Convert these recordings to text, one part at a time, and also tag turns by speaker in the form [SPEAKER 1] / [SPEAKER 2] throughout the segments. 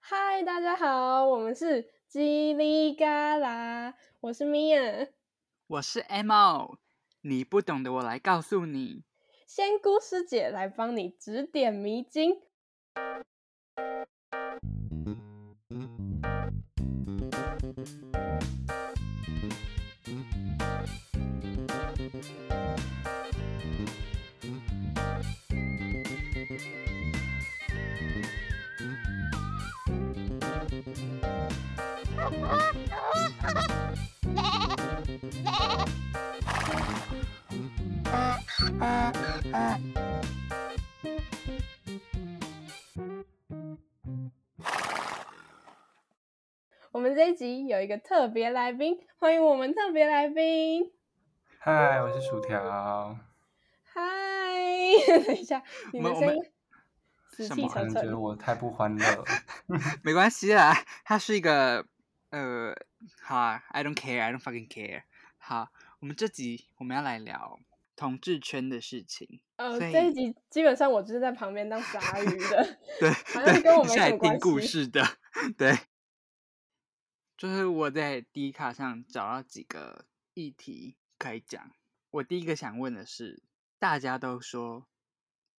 [SPEAKER 1] 嗨，大家好，我们是叽里嘎啦，我是 Mia。
[SPEAKER 2] 我是 MO，你不懂的我来告诉你。
[SPEAKER 1] 仙姑师姐来帮你指点迷津。我们这一集有一个特别来宾，欢迎我们特别来宾。
[SPEAKER 3] 嗨，我是薯条。
[SPEAKER 1] 嗨， 等一下，你的
[SPEAKER 2] 我们
[SPEAKER 1] 声
[SPEAKER 2] 我
[SPEAKER 1] 音
[SPEAKER 2] 们
[SPEAKER 1] 死
[SPEAKER 2] 什
[SPEAKER 1] 气
[SPEAKER 2] 么
[SPEAKER 3] 可
[SPEAKER 1] 沉
[SPEAKER 3] 能觉
[SPEAKER 1] 沉
[SPEAKER 3] 得。我太不欢乐了。
[SPEAKER 2] 没关系啦，它是一个呃，好啊，I don't care，I don't fucking care。好，我们这集我们要来聊同志圈的事情。
[SPEAKER 1] 呃，
[SPEAKER 2] 所以
[SPEAKER 1] 这一集基本上我就是在旁边当鲨鱼的。
[SPEAKER 2] 对，
[SPEAKER 1] 好像
[SPEAKER 2] 对，
[SPEAKER 1] 跟我
[SPEAKER 2] 你
[SPEAKER 1] 没什
[SPEAKER 2] 是来
[SPEAKER 1] 么
[SPEAKER 2] 听
[SPEAKER 1] 关
[SPEAKER 2] 故
[SPEAKER 1] 系
[SPEAKER 2] 事的，对。就是我在 D 卡上找到几个议题可以讲。我第一个想问的是，大家都说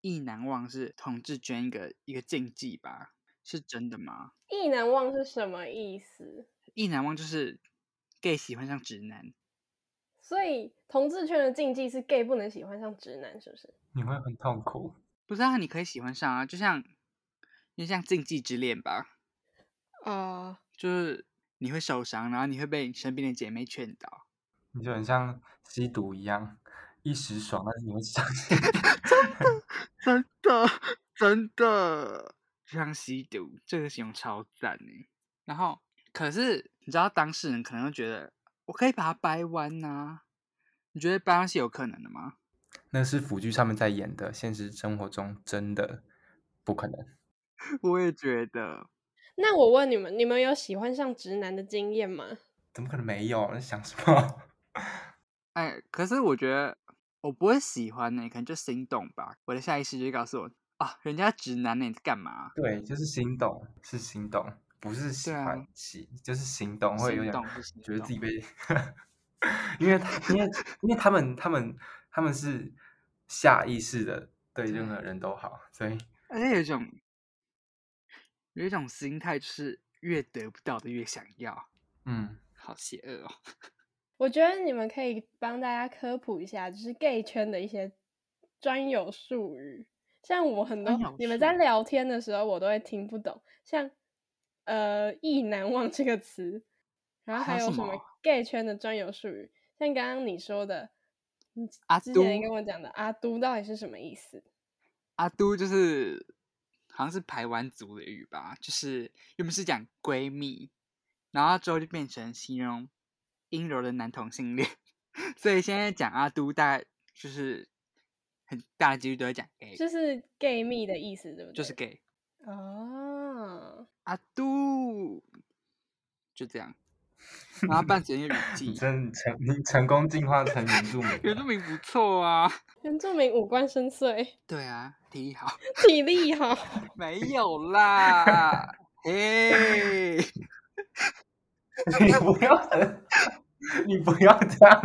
[SPEAKER 2] 意难忘是同志圈一个一个禁忌吧？是真的吗？
[SPEAKER 1] 意难忘是什么意思？
[SPEAKER 2] 意难忘就是 gay 喜欢上直男，
[SPEAKER 1] 所以同志圈的禁忌是 gay 不能喜欢上直男，是不是？
[SPEAKER 3] 你会很痛苦。
[SPEAKER 2] 不是啊？你可以喜欢上啊，就像就像禁忌之恋吧，
[SPEAKER 1] 啊、
[SPEAKER 2] 就是你会受伤，然后你会被你身边的姐妹劝导。
[SPEAKER 3] 你就很像吸毒一样，一时爽，但是你会上瘾。
[SPEAKER 2] 真的，真的，就像吸毒，这个形容超赞呢。然后，可是你知道，当事人可能会觉得，我可以把它掰弯呐、你觉得掰弯是有可能的吗？
[SPEAKER 3] 那是腐剧上面在演的，现实生活中真的不可能。
[SPEAKER 2] 我也觉得，
[SPEAKER 1] 那我问你们，你们有喜欢上直男的经验吗？
[SPEAKER 3] 怎么可能没有？你想什么？
[SPEAKER 2] 哎，可是我觉得我不会喜欢呢、可能就心动吧。我的下意识就会告诉我，啊，人家直男呢、你在干嘛？啊
[SPEAKER 3] 对，就是心动，是心动，不是喜
[SPEAKER 2] 对啊
[SPEAKER 3] 欢、喜，就是心动，会有
[SPEAKER 2] 心
[SPEAKER 3] 点
[SPEAKER 2] 动是心
[SPEAKER 3] 觉得自
[SPEAKER 2] 动
[SPEAKER 3] 己被， 因为他因为因为他们他们他们是下意识的对任何人都好，所以
[SPEAKER 2] 而且有一种，有一种心态，就是越得不到的越想要，
[SPEAKER 3] 嗯，
[SPEAKER 2] 好邪恶哦。
[SPEAKER 1] 我觉得你们可以帮大家科普一下，就是 gay 圈的一些专有术语。像我很多
[SPEAKER 2] 专有
[SPEAKER 1] 你们在
[SPEAKER 2] 术语
[SPEAKER 1] 聊天的时候，我都会听不懂，像呃“意难忘” 这个词，然后
[SPEAKER 2] 还
[SPEAKER 1] 还
[SPEAKER 2] 有
[SPEAKER 1] 有
[SPEAKER 2] 啊什
[SPEAKER 1] 什么
[SPEAKER 2] 么
[SPEAKER 1] gay 圈的专有术语，像刚刚你说的，你
[SPEAKER 2] 阿
[SPEAKER 1] 之前
[SPEAKER 2] 都
[SPEAKER 1] 跟我讲的“阿都”到底是什么意思？
[SPEAKER 2] 阿都就是好像是台湾族的语吧，就是原本是讲闺蜜，然后之后就变成形容阴柔的男同性恋， 所以现在讲阿都大概就是很大的几率都会讲 gay，
[SPEAKER 1] 就是 gay 蜜的意思，对不对？
[SPEAKER 2] 就是 gay
[SPEAKER 1] 哦，
[SPEAKER 2] 阿都就这 样，然后伴随着语
[SPEAKER 3] 你
[SPEAKER 2] 气，
[SPEAKER 3] 真的成你成功进化成原住民
[SPEAKER 2] 嗯 原住
[SPEAKER 3] 了，
[SPEAKER 2] 民不错啊，
[SPEAKER 1] 原住民五官深邃，
[SPEAKER 2] 对啊，提议 好，
[SPEAKER 1] 体力好。
[SPEAKER 2] 没有 啦，嘿。
[SPEAKER 3] 你不要这，你不要这样，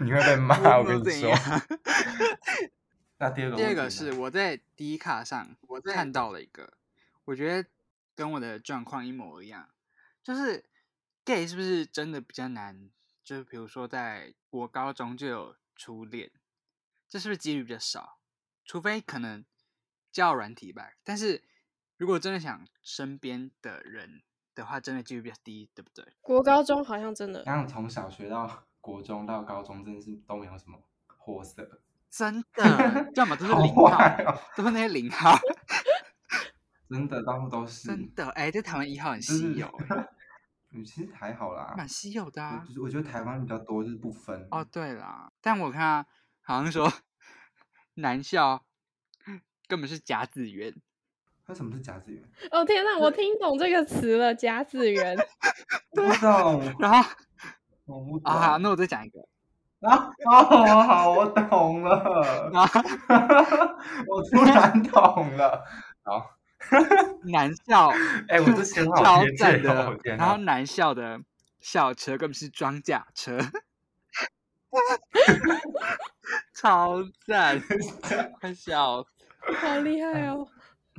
[SPEAKER 3] 你会被骂。我
[SPEAKER 2] 不
[SPEAKER 3] 跟你
[SPEAKER 2] 怎
[SPEAKER 3] 说
[SPEAKER 2] 样，
[SPEAKER 3] 那第二个
[SPEAKER 2] 第二
[SPEAKER 3] 问
[SPEAKER 2] 个
[SPEAKER 3] 题呢
[SPEAKER 2] 是我在迪卡上我
[SPEAKER 3] 在
[SPEAKER 2] 看到了一个，我觉得跟我的状况一模一样，就是 gay 是不是真的比较难？就是比如说在国高中就有初恋，这是不是几率比较少？除非可能交友软体吧，但是如果真的想身边的人的话，真的几率比较低，对不对？
[SPEAKER 1] 国高中好像真的
[SPEAKER 3] 然后从小学到国中到高中，真的是都没有什么货色，
[SPEAKER 2] 真 的，要啊么都是
[SPEAKER 3] 好
[SPEAKER 2] 零号，
[SPEAKER 3] 坏哦，
[SPEAKER 2] 都是那些零号，
[SPEAKER 3] 真的到处都是，
[SPEAKER 2] 真的，哎、在台湾一号很
[SPEAKER 3] 就是
[SPEAKER 2] 稀有、哎
[SPEAKER 3] 嗯，其实还好啦，
[SPEAKER 2] 蛮稀有的、啊。
[SPEAKER 3] 我就是我觉得台湾比较多，就是不分
[SPEAKER 2] 哦，对啦，但我看他好像说男校根本是甲子园，
[SPEAKER 3] 那什么是甲子园？
[SPEAKER 1] 哦天呐，我听懂这个词了，甲子 园。
[SPEAKER 3] 我不懂，
[SPEAKER 2] 然后
[SPEAKER 3] 我不懂
[SPEAKER 2] 啊，好那我再讲一个，
[SPEAKER 3] 啊哦，好，我懂
[SPEAKER 2] 啊
[SPEAKER 3] 了，
[SPEAKER 2] 然后
[SPEAKER 3] 我突然懂了，好，
[SPEAKER 2] 男 校，
[SPEAKER 3] 哎我之前好
[SPEAKER 2] 超
[SPEAKER 3] 贴切
[SPEAKER 2] 赞
[SPEAKER 3] 哦
[SPEAKER 2] 的
[SPEAKER 3] 我，天
[SPEAKER 2] 然后
[SPEAKER 3] 哪
[SPEAKER 2] 男校的校车根本是装甲 车，超赞，快笑死！
[SPEAKER 1] 好厉
[SPEAKER 3] 嗯
[SPEAKER 1] 害哦！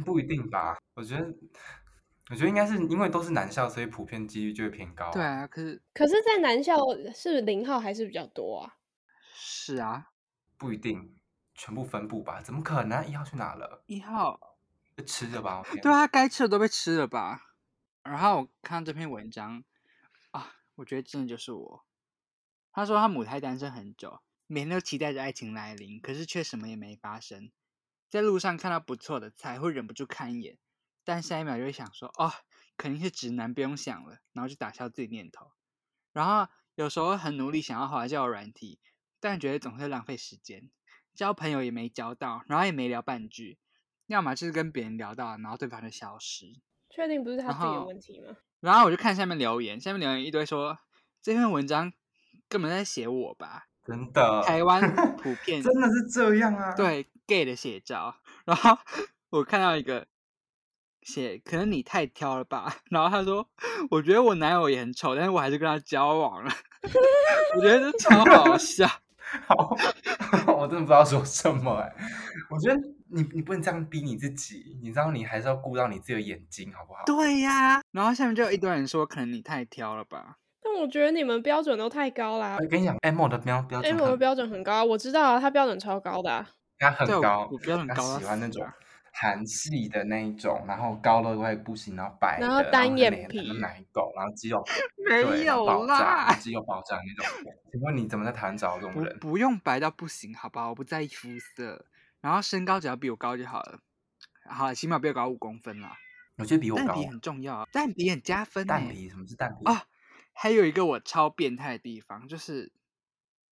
[SPEAKER 3] 不一定吧？我觉得，我觉得应该是因为都是男校，所以普遍几率就会偏高、
[SPEAKER 2] 对，啊，可是
[SPEAKER 1] 可是，在男校是不是零号还是比较多啊？
[SPEAKER 2] 是啊，
[SPEAKER 3] 不一定全部分布吧？怎么可能啊？一号去哪了？
[SPEAKER 2] 一号
[SPEAKER 3] 就吃着吧。我天
[SPEAKER 2] 对啊，该吃的都被吃了吧？然后我看到这篇文章啊，我觉得真的就是我。他说他母胎单身很久，每天都期待着爱情来临，可是却什么也没发生。在路上看到不错的菜，会忍不住看一眼，但下一秒就会想说，哦，肯定是直男，不用想了，然后就打消自己念头。然后有时候很努力想要滑交友软体，但觉得总是浪费时间，交朋友也没交到，然后也没聊半句，要么就是跟别人聊到，然后对方就消失。
[SPEAKER 1] 确定不是他自己
[SPEAKER 2] 然
[SPEAKER 1] 的
[SPEAKER 2] 后
[SPEAKER 1] 问题吗？
[SPEAKER 2] 然后我就看下面留言，下面留言一堆说这篇文章根本在写我吧，
[SPEAKER 3] 真的，
[SPEAKER 2] 台 湾普遍
[SPEAKER 3] 真的是哦这样啊？，
[SPEAKER 2] 对 gay 的写照。然后 我看到一个写，可能你太挑了吧。然后他说，我觉得我男友也很丑，但是我还是跟他交往了。 我觉得这超好 笑。
[SPEAKER 3] 好，我真的不知道说什么哎、我觉得你你不能这样逼你自己，你知道你还是要顾到你自己的眼睛，好不好？
[SPEAKER 2] 对呀、然后下面就有一堆人说，可能你太挑了吧。
[SPEAKER 1] 但我觉得你们标准都太高啦
[SPEAKER 3] 我跟你讲，M 的标哎标准
[SPEAKER 1] m
[SPEAKER 3] 很
[SPEAKER 1] 的标准很高啊，我知道啊，他标准超高的、啊。
[SPEAKER 3] 他很
[SPEAKER 2] 对我
[SPEAKER 3] 高，
[SPEAKER 2] 我标准
[SPEAKER 3] 他
[SPEAKER 2] 高到
[SPEAKER 3] 喜欢那
[SPEAKER 2] 死
[SPEAKER 3] 种
[SPEAKER 2] 啊
[SPEAKER 3] 韩系的那一种，然后高到快不行，然后白的，
[SPEAKER 1] 然
[SPEAKER 3] 然
[SPEAKER 1] 后单
[SPEAKER 3] 很
[SPEAKER 1] 眼
[SPEAKER 3] 美
[SPEAKER 1] 皮
[SPEAKER 3] 然后奶狗，然后肌肉
[SPEAKER 2] 没
[SPEAKER 3] 对然后
[SPEAKER 2] 有
[SPEAKER 3] 爆炸，
[SPEAKER 2] 哎啦
[SPEAKER 3] 肌肉爆炸那种。请问你怎么在台湾找到这种
[SPEAKER 2] 不
[SPEAKER 3] 人？
[SPEAKER 2] 不用白到不行，好不好？我不在意肤色，然后身高只要比我高就好了。好了，起码不要高五公分啦。
[SPEAKER 3] 我觉得比我
[SPEAKER 2] 蛋
[SPEAKER 3] 高啊，
[SPEAKER 2] 皮很重要啊，蛋皮很加分、欸。
[SPEAKER 3] 蛋皮什么是蛋皮？
[SPEAKER 2] 啊，还有一个我超变态的地方就是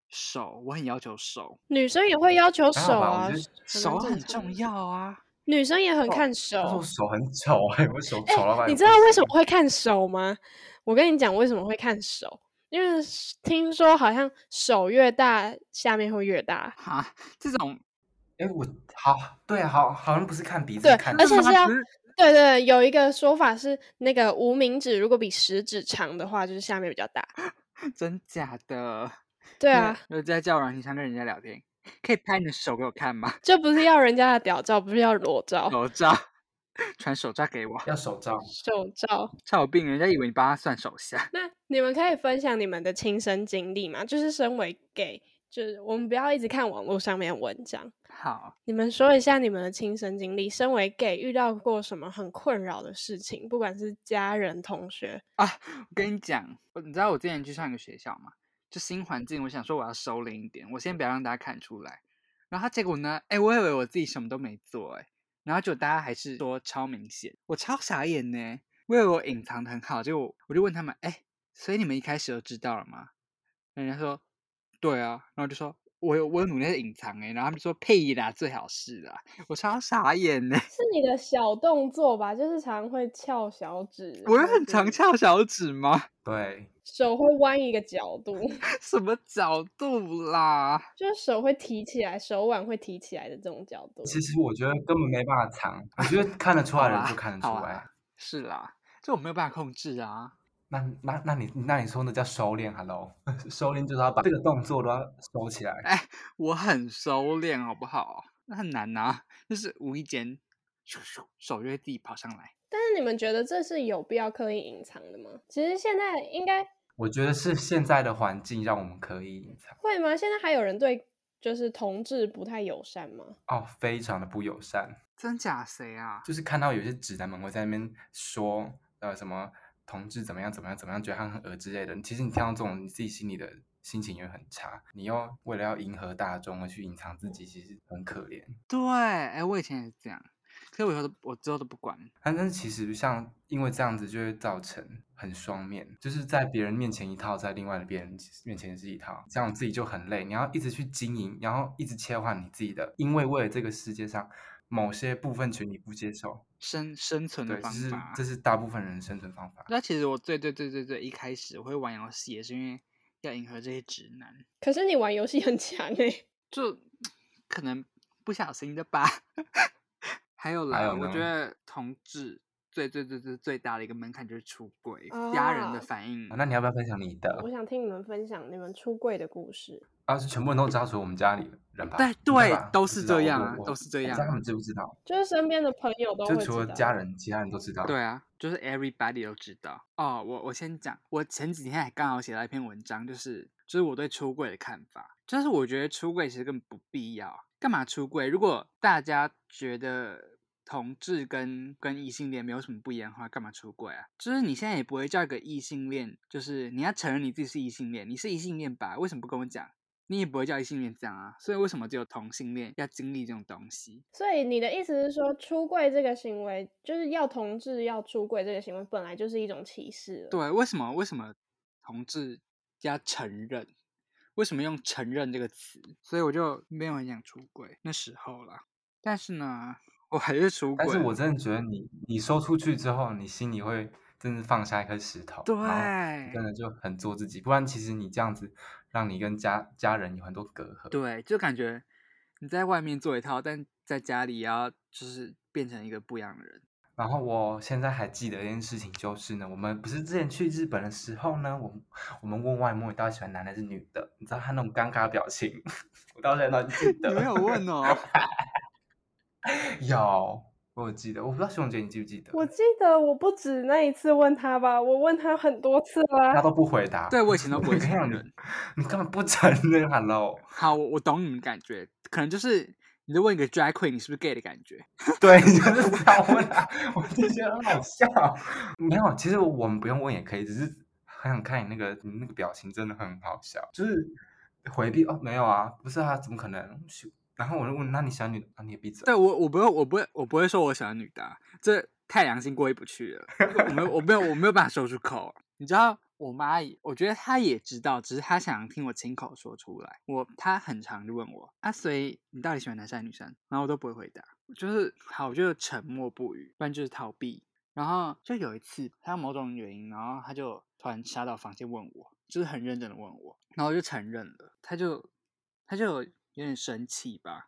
[SPEAKER 2] 手，我很要求手，
[SPEAKER 1] 女生也会要求
[SPEAKER 3] 还
[SPEAKER 1] 手
[SPEAKER 3] 好吧
[SPEAKER 1] 啊
[SPEAKER 3] 我觉，得
[SPEAKER 1] 蛮
[SPEAKER 2] 手很
[SPEAKER 1] 正常的
[SPEAKER 2] 重要啊。
[SPEAKER 1] 女生也很
[SPEAKER 3] 哦
[SPEAKER 1] 看
[SPEAKER 3] 他说
[SPEAKER 1] 手
[SPEAKER 3] 我。手很丑哎、我手
[SPEAKER 1] 哎
[SPEAKER 3] 丑到、欸，
[SPEAKER 1] 你知道为什么？会看手吗？我跟你讲为什么会看手，因为是听说好像手越大，下面会越大。
[SPEAKER 2] 哈，这种
[SPEAKER 3] 哎、我好对啊，好好像不是看鼻子，
[SPEAKER 1] 对
[SPEAKER 3] 看
[SPEAKER 1] 而且
[SPEAKER 2] 那
[SPEAKER 1] 是
[SPEAKER 2] 它
[SPEAKER 1] 要
[SPEAKER 2] 不 是
[SPEAKER 1] 对对，有一个说法是，那个无名指如果比食指长的话，就是下面比较大。
[SPEAKER 2] 真假的。
[SPEAKER 1] 对
[SPEAKER 2] 那
[SPEAKER 1] 啊，，
[SPEAKER 2] 我在叫软体上跟人家聊天，可以拍你的手给我看吗？
[SPEAKER 1] 这不是要人家的屌照，不是要裸照，
[SPEAKER 2] 手照， 传手照给我，
[SPEAKER 3] 要手照。
[SPEAKER 1] 手照。
[SPEAKER 2] 超有病，人家以为你帮他算手相。
[SPEAKER 1] 那你们可以分享你们的亲身经历吗？就是身为 gay，就是我们不要一直看网络上面的文章，
[SPEAKER 2] 好，
[SPEAKER 1] 你们说一下你们的亲身经历。身为 gay 遇到过什么很困扰的事情，不管是家人、同学，
[SPEAKER 2] 我跟你讲，我你知道我之前去上一个学校嘛，就新环境，我想说我要收敛一点，我先不要让大家看出来。然后结果呢，哎，我以为我自己什么都没做，哎，然后就大家还是说超明显，我超傻眼呢。我以为我隐藏的很好，结果我就问他们，哎，所以你们一开始就知道了吗？人家说，对啊，然后就说我有我有努力在隐藏哎，然后他们就说屁啦，最好是啦，我超傻眼呢。
[SPEAKER 1] 是你的小动作吧？就是常会翘小指，
[SPEAKER 2] 我有
[SPEAKER 1] 或
[SPEAKER 2] 很常
[SPEAKER 1] 是
[SPEAKER 2] 翘小指吗？
[SPEAKER 3] 对，
[SPEAKER 1] 手会弯一个角度，
[SPEAKER 2] 什么角度啦？
[SPEAKER 1] 就是手会提起来，手腕会提起来的这种角度。
[SPEAKER 3] 其实我觉得根本没办法藏，我觉得看得出来
[SPEAKER 2] 好
[SPEAKER 3] 的人
[SPEAKER 2] 啦
[SPEAKER 3] 就看得
[SPEAKER 2] 好
[SPEAKER 3] 出
[SPEAKER 2] 啦
[SPEAKER 3] 来。啊
[SPEAKER 2] 是啦，这我没有办法控制啊。
[SPEAKER 3] 那那那你那你说那叫收敛，Hello，收 敛就是要把这个动作都要收起来。
[SPEAKER 2] 我很收敛，好不好？那很难啊，就是无意间，咻咻手就会自己跑上来。
[SPEAKER 1] 但是你们觉得这是有必要刻意隐藏的吗？其实现在应该
[SPEAKER 3] 我觉得是现在的环境让我们可以隐藏
[SPEAKER 1] 会吗？现在还有人对就是同志不太友善吗？
[SPEAKER 3] 哦，非常的不友善，
[SPEAKER 2] 真假谁啊？
[SPEAKER 3] 就是看到有些直男们会在那边说呃什么同志怎么样怎么样怎么样，觉得他很恶之类的。其实你听到这种，你自己心里的心情也会很差，你又为了要迎合大众而去隐藏自己，其实很可怜。
[SPEAKER 2] 对，哎，我以前也是这样，可是我以后都我之后都不管了。
[SPEAKER 3] 但但是其实像因为这样子就会造成很双面，就是在别人面前一套，在另外的别人面前是一套，这样自己就很累。你要一直去经营，然后一直切换你自己的，因为为了这个世界上某些部分群体不接受，
[SPEAKER 2] 生生存的
[SPEAKER 3] 对，这
[SPEAKER 2] 方
[SPEAKER 3] 是
[SPEAKER 2] 法。
[SPEAKER 3] 这是大部分人的生存方法。
[SPEAKER 2] 那其实我最最最最最一开始我会玩游戏，也是因为要迎合这些直男，
[SPEAKER 1] 可是你玩游戏很强欸诶、
[SPEAKER 2] 就可能不小心的吧。还有啦，
[SPEAKER 3] 有
[SPEAKER 2] 我
[SPEAKER 3] 呢
[SPEAKER 2] 觉得同志最最最最最大的一个门槛就是出轨，家人
[SPEAKER 1] 啊
[SPEAKER 2] 的反应
[SPEAKER 3] 好。那你要不要分享你的
[SPEAKER 1] 我？想听你们分享你们出柜的故事。
[SPEAKER 3] 啊，是全部人都知道，除了我们家里人吧？
[SPEAKER 2] 对
[SPEAKER 3] 应该
[SPEAKER 2] 对
[SPEAKER 3] 吧
[SPEAKER 2] 都
[SPEAKER 3] 不
[SPEAKER 2] 是
[SPEAKER 3] 知
[SPEAKER 2] 这
[SPEAKER 3] 道我
[SPEAKER 2] 样
[SPEAKER 3] 我
[SPEAKER 2] 啊
[SPEAKER 3] 我
[SPEAKER 2] 都是这
[SPEAKER 3] 我不知
[SPEAKER 2] 样
[SPEAKER 3] 道他们知不知道？
[SPEAKER 1] 就是身边的朋友都会
[SPEAKER 3] 就
[SPEAKER 1] 知
[SPEAKER 3] 除了
[SPEAKER 1] 道
[SPEAKER 3] 家人，其他人都知道。
[SPEAKER 2] 对啊，就是 everybody 都知道哦。我我先讲，我前几天还刚好写了一篇文章，就是就是我对出柜的看法，就是我觉得出柜其实根本不必要，干嘛出柜？如果大家觉得同志跟跟异性恋没有什么不一样的话，干嘛出柜啊？就是你现在也不会叫一个异性恋，就是你要承认你自己是异性恋，你是异性恋吧？为什么不跟我讲？你也不会叫异性恋这样啊，所以为什么只有同性恋要经历这种东西？
[SPEAKER 1] 所以你的意思是说，出柜这个行为，就是要同志要出柜这个行为，本来就是一种歧视了。
[SPEAKER 3] 啊
[SPEAKER 2] 对，为什么为什么同志要承认？为什么用“承认”这个词？所以我就没有很想出轨那时候啦。但是呢，我还是出轨
[SPEAKER 3] 但
[SPEAKER 2] 了。
[SPEAKER 3] 是我真的觉得你，你说出去之后，你心里会真的放下一颗石头，然后
[SPEAKER 2] 对
[SPEAKER 3] 真的就很做自己。不然其实你这样子，让你跟家家人有很多隔阂。
[SPEAKER 2] 对，就感觉你在外面做一套，但在家里也要就是变成一个不一样的人。
[SPEAKER 3] 然后我现在还记得一件事情，就是呢，我们不是之前去日本的时候呢，我们我们问外贸到底喜欢男的还是女的，你知道他那种尴尬表情， 我到现在都还记得。
[SPEAKER 2] 你没有问哦，
[SPEAKER 3] 有，我有记得，我不知道熊姐你记不记得？
[SPEAKER 1] 我记得我不止那一次问他吧，我问他很多次
[SPEAKER 3] 他
[SPEAKER 1] 啦。
[SPEAKER 3] 都不回答。
[SPEAKER 2] 对我以 前都不会
[SPEAKER 3] 我跟你讲
[SPEAKER 2] 承
[SPEAKER 3] 你
[SPEAKER 2] 认。
[SPEAKER 3] 你根本不承认，Hello。
[SPEAKER 2] 好，我我懂你们感觉，可能就是你就问一个 drag queen 你是不是 gay 的感觉。
[SPEAKER 3] 对，你就是这样问他，我就觉得很好笑。没有，其实我们不用问也可以，只是很想看你那个你那个表情，真的很好笑，就是回避哦，没有啊，不是啊，怎么可能？是然后我就问，那你喜欢女的？啊，你也闭嘴。
[SPEAKER 2] 对我，我不会，我不会，我不会说我喜欢女的啊、这太良心过意不去了。我没有，我没有，我没有办法说出口。啊你知道，我妈也，我觉得她也知道，只是她想听我亲口说出来。我，她很常就问我啊，所以你到底喜欢男生还是女生？然后我都不会回答，就是好，我就沉默不语，不然就是逃避。然后就有一次，她某种原因，然后她就突然杀到房间问我，就是很认真的问我，然后我就承认了，她就，她就有点生气吧，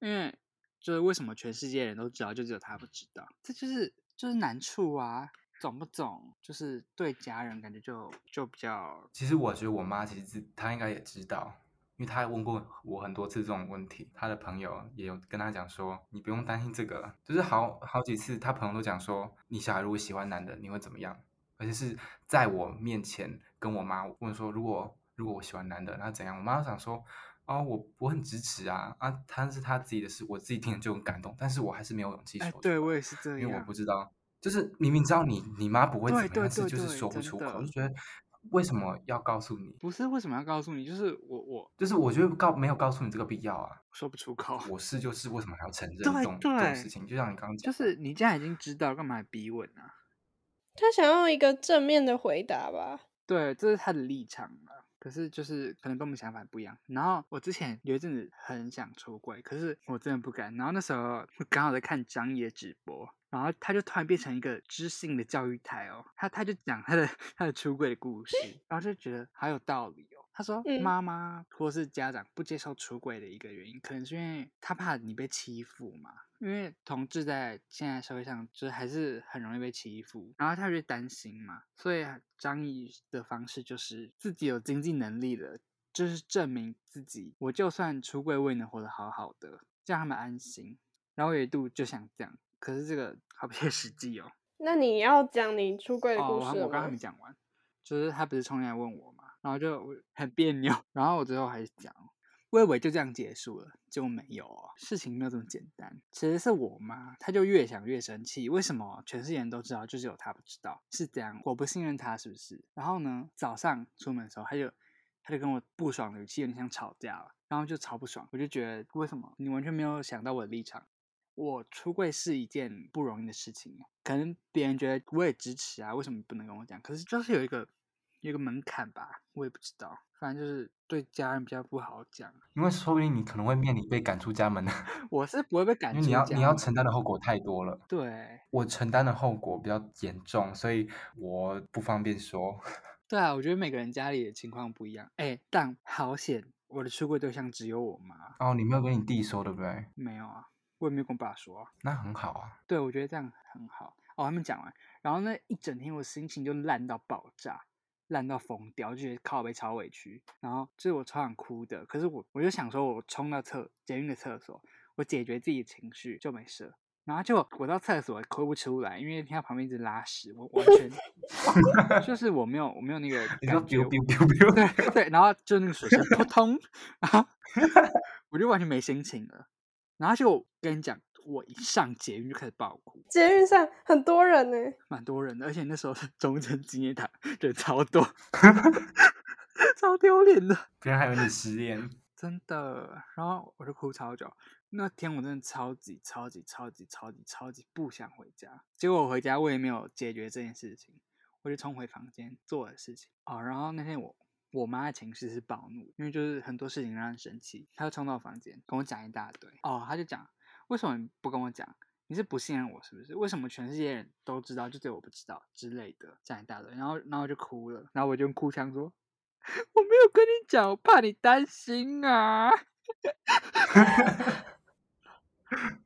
[SPEAKER 2] 因为就是为什么全世界人都知道，就只有他不知道，这就是就是难处啊，懂不懂？就是对家人感觉就就比较
[SPEAKER 3] 其实我觉得我妈其实她应该也知道，因为她问过我很多次这种问题。她的朋友也有跟她讲说，你不用担心这个，就是好好几次她朋友都讲说，你小孩如果喜欢男的，你会怎么样？而且是在我面前跟我妈问说，如果如果我喜欢男的，那怎样？我妈想说，哦，我我很支持啊啊，他是他自己的事，我自己听了就很感动，但是我还是没有勇气说
[SPEAKER 2] 哎
[SPEAKER 3] 出来。，
[SPEAKER 2] 对我也是这
[SPEAKER 3] 因为我
[SPEAKER 2] 样
[SPEAKER 3] 不，知道，就是明明知道你你妈不会怎
[SPEAKER 2] 对
[SPEAKER 3] 么样，
[SPEAKER 2] 对
[SPEAKER 3] 但是
[SPEAKER 2] 对
[SPEAKER 3] 就是
[SPEAKER 2] 对
[SPEAKER 3] 说不
[SPEAKER 2] 真
[SPEAKER 3] 出
[SPEAKER 2] 的
[SPEAKER 3] 口，就觉得为什么要告诉你？
[SPEAKER 2] 不是为什么要告诉你？就是我我
[SPEAKER 3] 就是我觉得告没有告诉你这个必要啊，
[SPEAKER 2] 说不出口，
[SPEAKER 3] 我是就是为什么还要承认这
[SPEAKER 2] 哦对
[SPEAKER 3] 种这种事
[SPEAKER 2] 对
[SPEAKER 3] 情？就像你刚刚 讲
[SPEAKER 2] 就
[SPEAKER 3] 的，
[SPEAKER 2] 是你既然已经知道，干嘛还逼问啊？
[SPEAKER 1] 他想要一个正面的回答吧。
[SPEAKER 2] 对，这是他的立场了。可是就是可能跟我们想法不一样。然后我之前有一阵子很想出柜，可是我真的不敢。然后那时候我刚好在看张也直播，然后他就突然变成一个知性的教育台哦，他他就讲他的他的出柜的故事，然后就觉得好有道理哦。他说
[SPEAKER 1] 嗯
[SPEAKER 2] 妈妈或是家长不接受出柜的一个原因，可能是因为他怕你被欺负嘛。因为同志在现在社会上就是还是很容易被欺负，然后他就担心嘛，所以啊张毅的方式就是自己有经济能力了，就是证明自己，我就算出柜，我也能活得好好的，这样他们安心。然后我有一度就想这样，可是这个好不切实际哦。
[SPEAKER 1] 那你要讲你出柜的
[SPEAKER 2] 哦，
[SPEAKER 1] 故
[SPEAKER 2] 我还
[SPEAKER 1] 事了
[SPEAKER 2] 我刚
[SPEAKER 1] 吗
[SPEAKER 2] 还没？讲完，就是他不是冲进来问我嘛，然后就我很别扭，然后我最后还是讲，我以为就这样结束了，结果没有哦，事情没有这么简单。其实是我妈，她就越想越生气，为什么全世界人都知道，就只有她不知道？是这样，我不信任她是不是？然后呢，早上出门的时候，她就她就跟我不爽的语气有点像吵架了，然后就超不爽，我就觉得为什么你完全没有想到我的立场。我出柜是一件不容易的事情，啊可能别人觉得我也支持啊，为什么不能跟我讲？可是就是有一个有一个门槛吧，我也不知道，反正就是对家人比较不好讲。
[SPEAKER 3] 因为说不定你可能会面临被赶出家门的，
[SPEAKER 2] 我是不会被赶
[SPEAKER 3] 因为
[SPEAKER 2] 出
[SPEAKER 3] 你要
[SPEAKER 2] 家
[SPEAKER 3] 你要
[SPEAKER 2] 门
[SPEAKER 3] 承担的后果太多了。
[SPEAKER 2] 对
[SPEAKER 3] 我承担的后果比较严重，所以我不方便说。
[SPEAKER 2] 对啊，我觉得每个人家里的情况不一样。哎，但好险，我的出柜对象只有我妈，
[SPEAKER 3] 哦，你没有跟你弟说对不对？
[SPEAKER 2] 没有啊，我也没有跟我爸说啊。
[SPEAKER 3] 那很好啊。
[SPEAKER 2] 对，我觉得这样很好。哦，他们讲完，然后那一整天我心情就烂到爆炸，烂到疯掉，就觉得靠背超委屈。然后就是我超想哭的，可是我我就想说，我冲到厕捷运的厕所，我解决自己的情绪就没事了。然后就我到厕所哭不出来，因为听到旁边一直拉屎，我完全 就是我没有我没有那个
[SPEAKER 3] 你说
[SPEAKER 2] 感觉
[SPEAKER 3] ，biu biu biu biu，
[SPEAKER 2] 对对，然后就那个水声扑通，然后我就完全没心情了。然后就跟你讲，我一上捷运就开始爆哭，
[SPEAKER 1] 捷运上很多人呢、
[SPEAKER 2] 蛮多人的，而且那时候是中正纪念堂，人超多， 超丢脸的，
[SPEAKER 3] 别人还以为你失恋。
[SPEAKER 2] 真的。然后我就哭超久，那天我真的超级超级超级超级超级不想回家。结果我回家我也没有解决这件事情，我就冲回房间做我的事情哦。然后那天我我妈的情绪是暴怒，因为就是很多事情让她很生气，她就冲到我房间跟我讲一大堆哦，她就讲为什么你不跟我讲？你是不信任我是不是？为什么全世界人都知道，就只有我不知道之类的，讲一大堆，然后然后我就哭了，然后我就用哭腔说：“我没有跟你讲，我怕你担心啊。”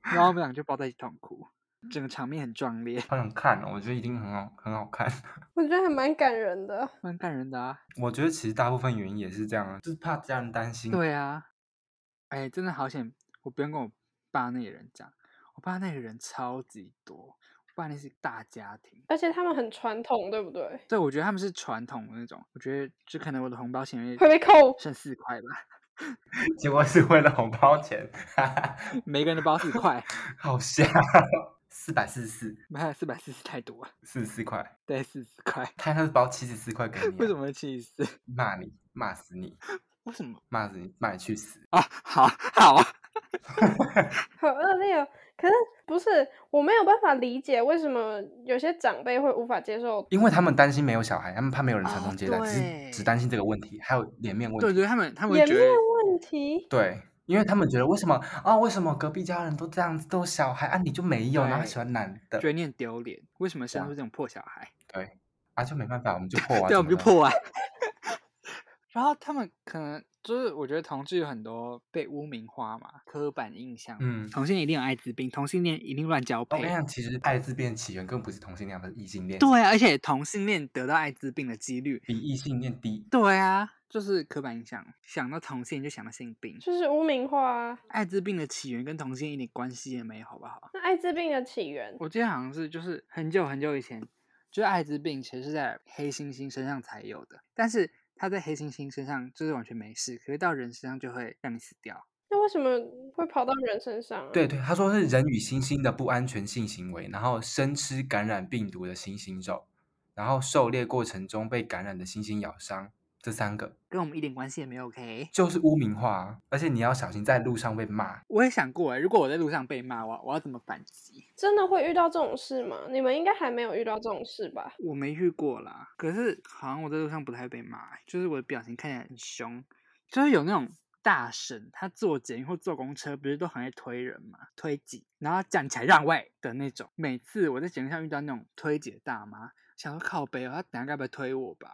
[SPEAKER 2] 然后我们俩就抱在一起痛哭，整个场面很壮烈，
[SPEAKER 3] 好想看哦，我觉得一定很好，很好看。
[SPEAKER 1] 我觉得还蛮感人的。
[SPEAKER 2] 蛮感人的啊。
[SPEAKER 3] 我觉得其实大部分原因也是这样啊，就是怕家人担心。
[SPEAKER 2] 对啊，哎，真的好险，我不用跟我爸那个人讲，我爸那个人超级多，我爸那是大家庭，
[SPEAKER 1] 而且他们很传统，对不对？
[SPEAKER 2] 对我觉得他们是传统的那种，我觉得就可能我的红包钱
[SPEAKER 1] 会被扣
[SPEAKER 2] 剩四块吧，
[SPEAKER 3] 结果是为了红包钱，哈哈，
[SPEAKER 2] 每个人的包四块，
[SPEAKER 3] 好笑。四百四十四，
[SPEAKER 2] 没有四百四十太多了，
[SPEAKER 3] 四十四块，
[SPEAKER 2] 对，四十块，
[SPEAKER 3] 他那包七十四块给你啊、
[SPEAKER 2] 为什么会气死？
[SPEAKER 3] 骂你？骂死你！
[SPEAKER 2] 为什么
[SPEAKER 3] 骂死你！骂你去死！
[SPEAKER 2] 啊？好好啊，
[SPEAKER 1] 好恶劣哦。可是不是我没有办法理解，为什么有些长辈会无法接受？
[SPEAKER 3] 因为他们担心没有小孩，他们怕没有人传
[SPEAKER 2] 哦
[SPEAKER 3] 宗接代，只是只
[SPEAKER 2] 对
[SPEAKER 3] 担心这个问题，还有脸面问题。
[SPEAKER 2] 对对，他们他们会
[SPEAKER 1] 颜
[SPEAKER 2] 觉
[SPEAKER 1] 面
[SPEAKER 2] 得
[SPEAKER 1] 问题，
[SPEAKER 3] 对，因为他们觉得为什么啊、为什么隔壁家人都这样子，都有小孩啊，你就没有，然后还
[SPEAKER 2] 对
[SPEAKER 3] 喜欢男的
[SPEAKER 2] 觉，得你很丢脸，为什么生
[SPEAKER 3] 啊
[SPEAKER 2] 出这种破小孩？
[SPEAKER 3] 啊，就没办法，我们 就破啊，
[SPEAKER 2] 对，我们
[SPEAKER 3] 怎么
[SPEAKER 2] 就
[SPEAKER 3] 了。
[SPEAKER 2] 破完。然后他们可能就是，我觉得同志有很多被污名化嘛，刻板印象。
[SPEAKER 3] 嗯哦
[SPEAKER 2] 同性恋一定有艾滋病，同性恋一定乱交
[SPEAKER 3] 我跟
[SPEAKER 2] 配
[SPEAKER 3] 你。讲，其实艾滋病起源根本不是同性恋，而是异性恋，
[SPEAKER 2] 对啊，而且同性恋得到艾滋病的几率，
[SPEAKER 3] 比异性恋低。
[SPEAKER 2] 对啊，就是刻板印象。想到同性就想到性病，
[SPEAKER 1] 就是污名化啊。
[SPEAKER 2] 艾滋病的起源跟同性一点关系也没有，好不好？
[SPEAKER 1] 那艾滋病的起源，
[SPEAKER 2] 我记得好像是就是很久很久以前，就是艾滋病其实是在黑猩猩身上才有的，但是它在黑猩猩身上就是完全没事，可是到人身上就会让你死掉。
[SPEAKER 1] 那为什么会跑到人身上、啊？
[SPEAKER 3] 对对，他说是人与猩猩的不安全性行为，然后生吃感染病毒的猩猩肉，然后狩猎过程中被感染的猩猩咬伤，这三个
[SPEAKER 2] 跟我们一点关系也没有。OK，
[SPEAKER 3] 就是污名化、啊，而且你要小心在路上被骂。
[SPEAKER 2] 我也想过哎，如果我在路上被骂，我我要怎么反击？
[SPEAKER 1] 真的会遇到这种事吗？你们应该还没有遇到这种事吧？
[SPEAKER 2] 我没遇过啦，可是好像我在路上不太会被骂欸，就是我的表情看起来很凶，就是有那种大婶，她坐捷运或坐公车，不是都很爱推人嘛，推挤，然后站起来让位的那种。每次我在捷运上遇到那种推挤的大妈，想说靠背哦，她等下该不会推我吧？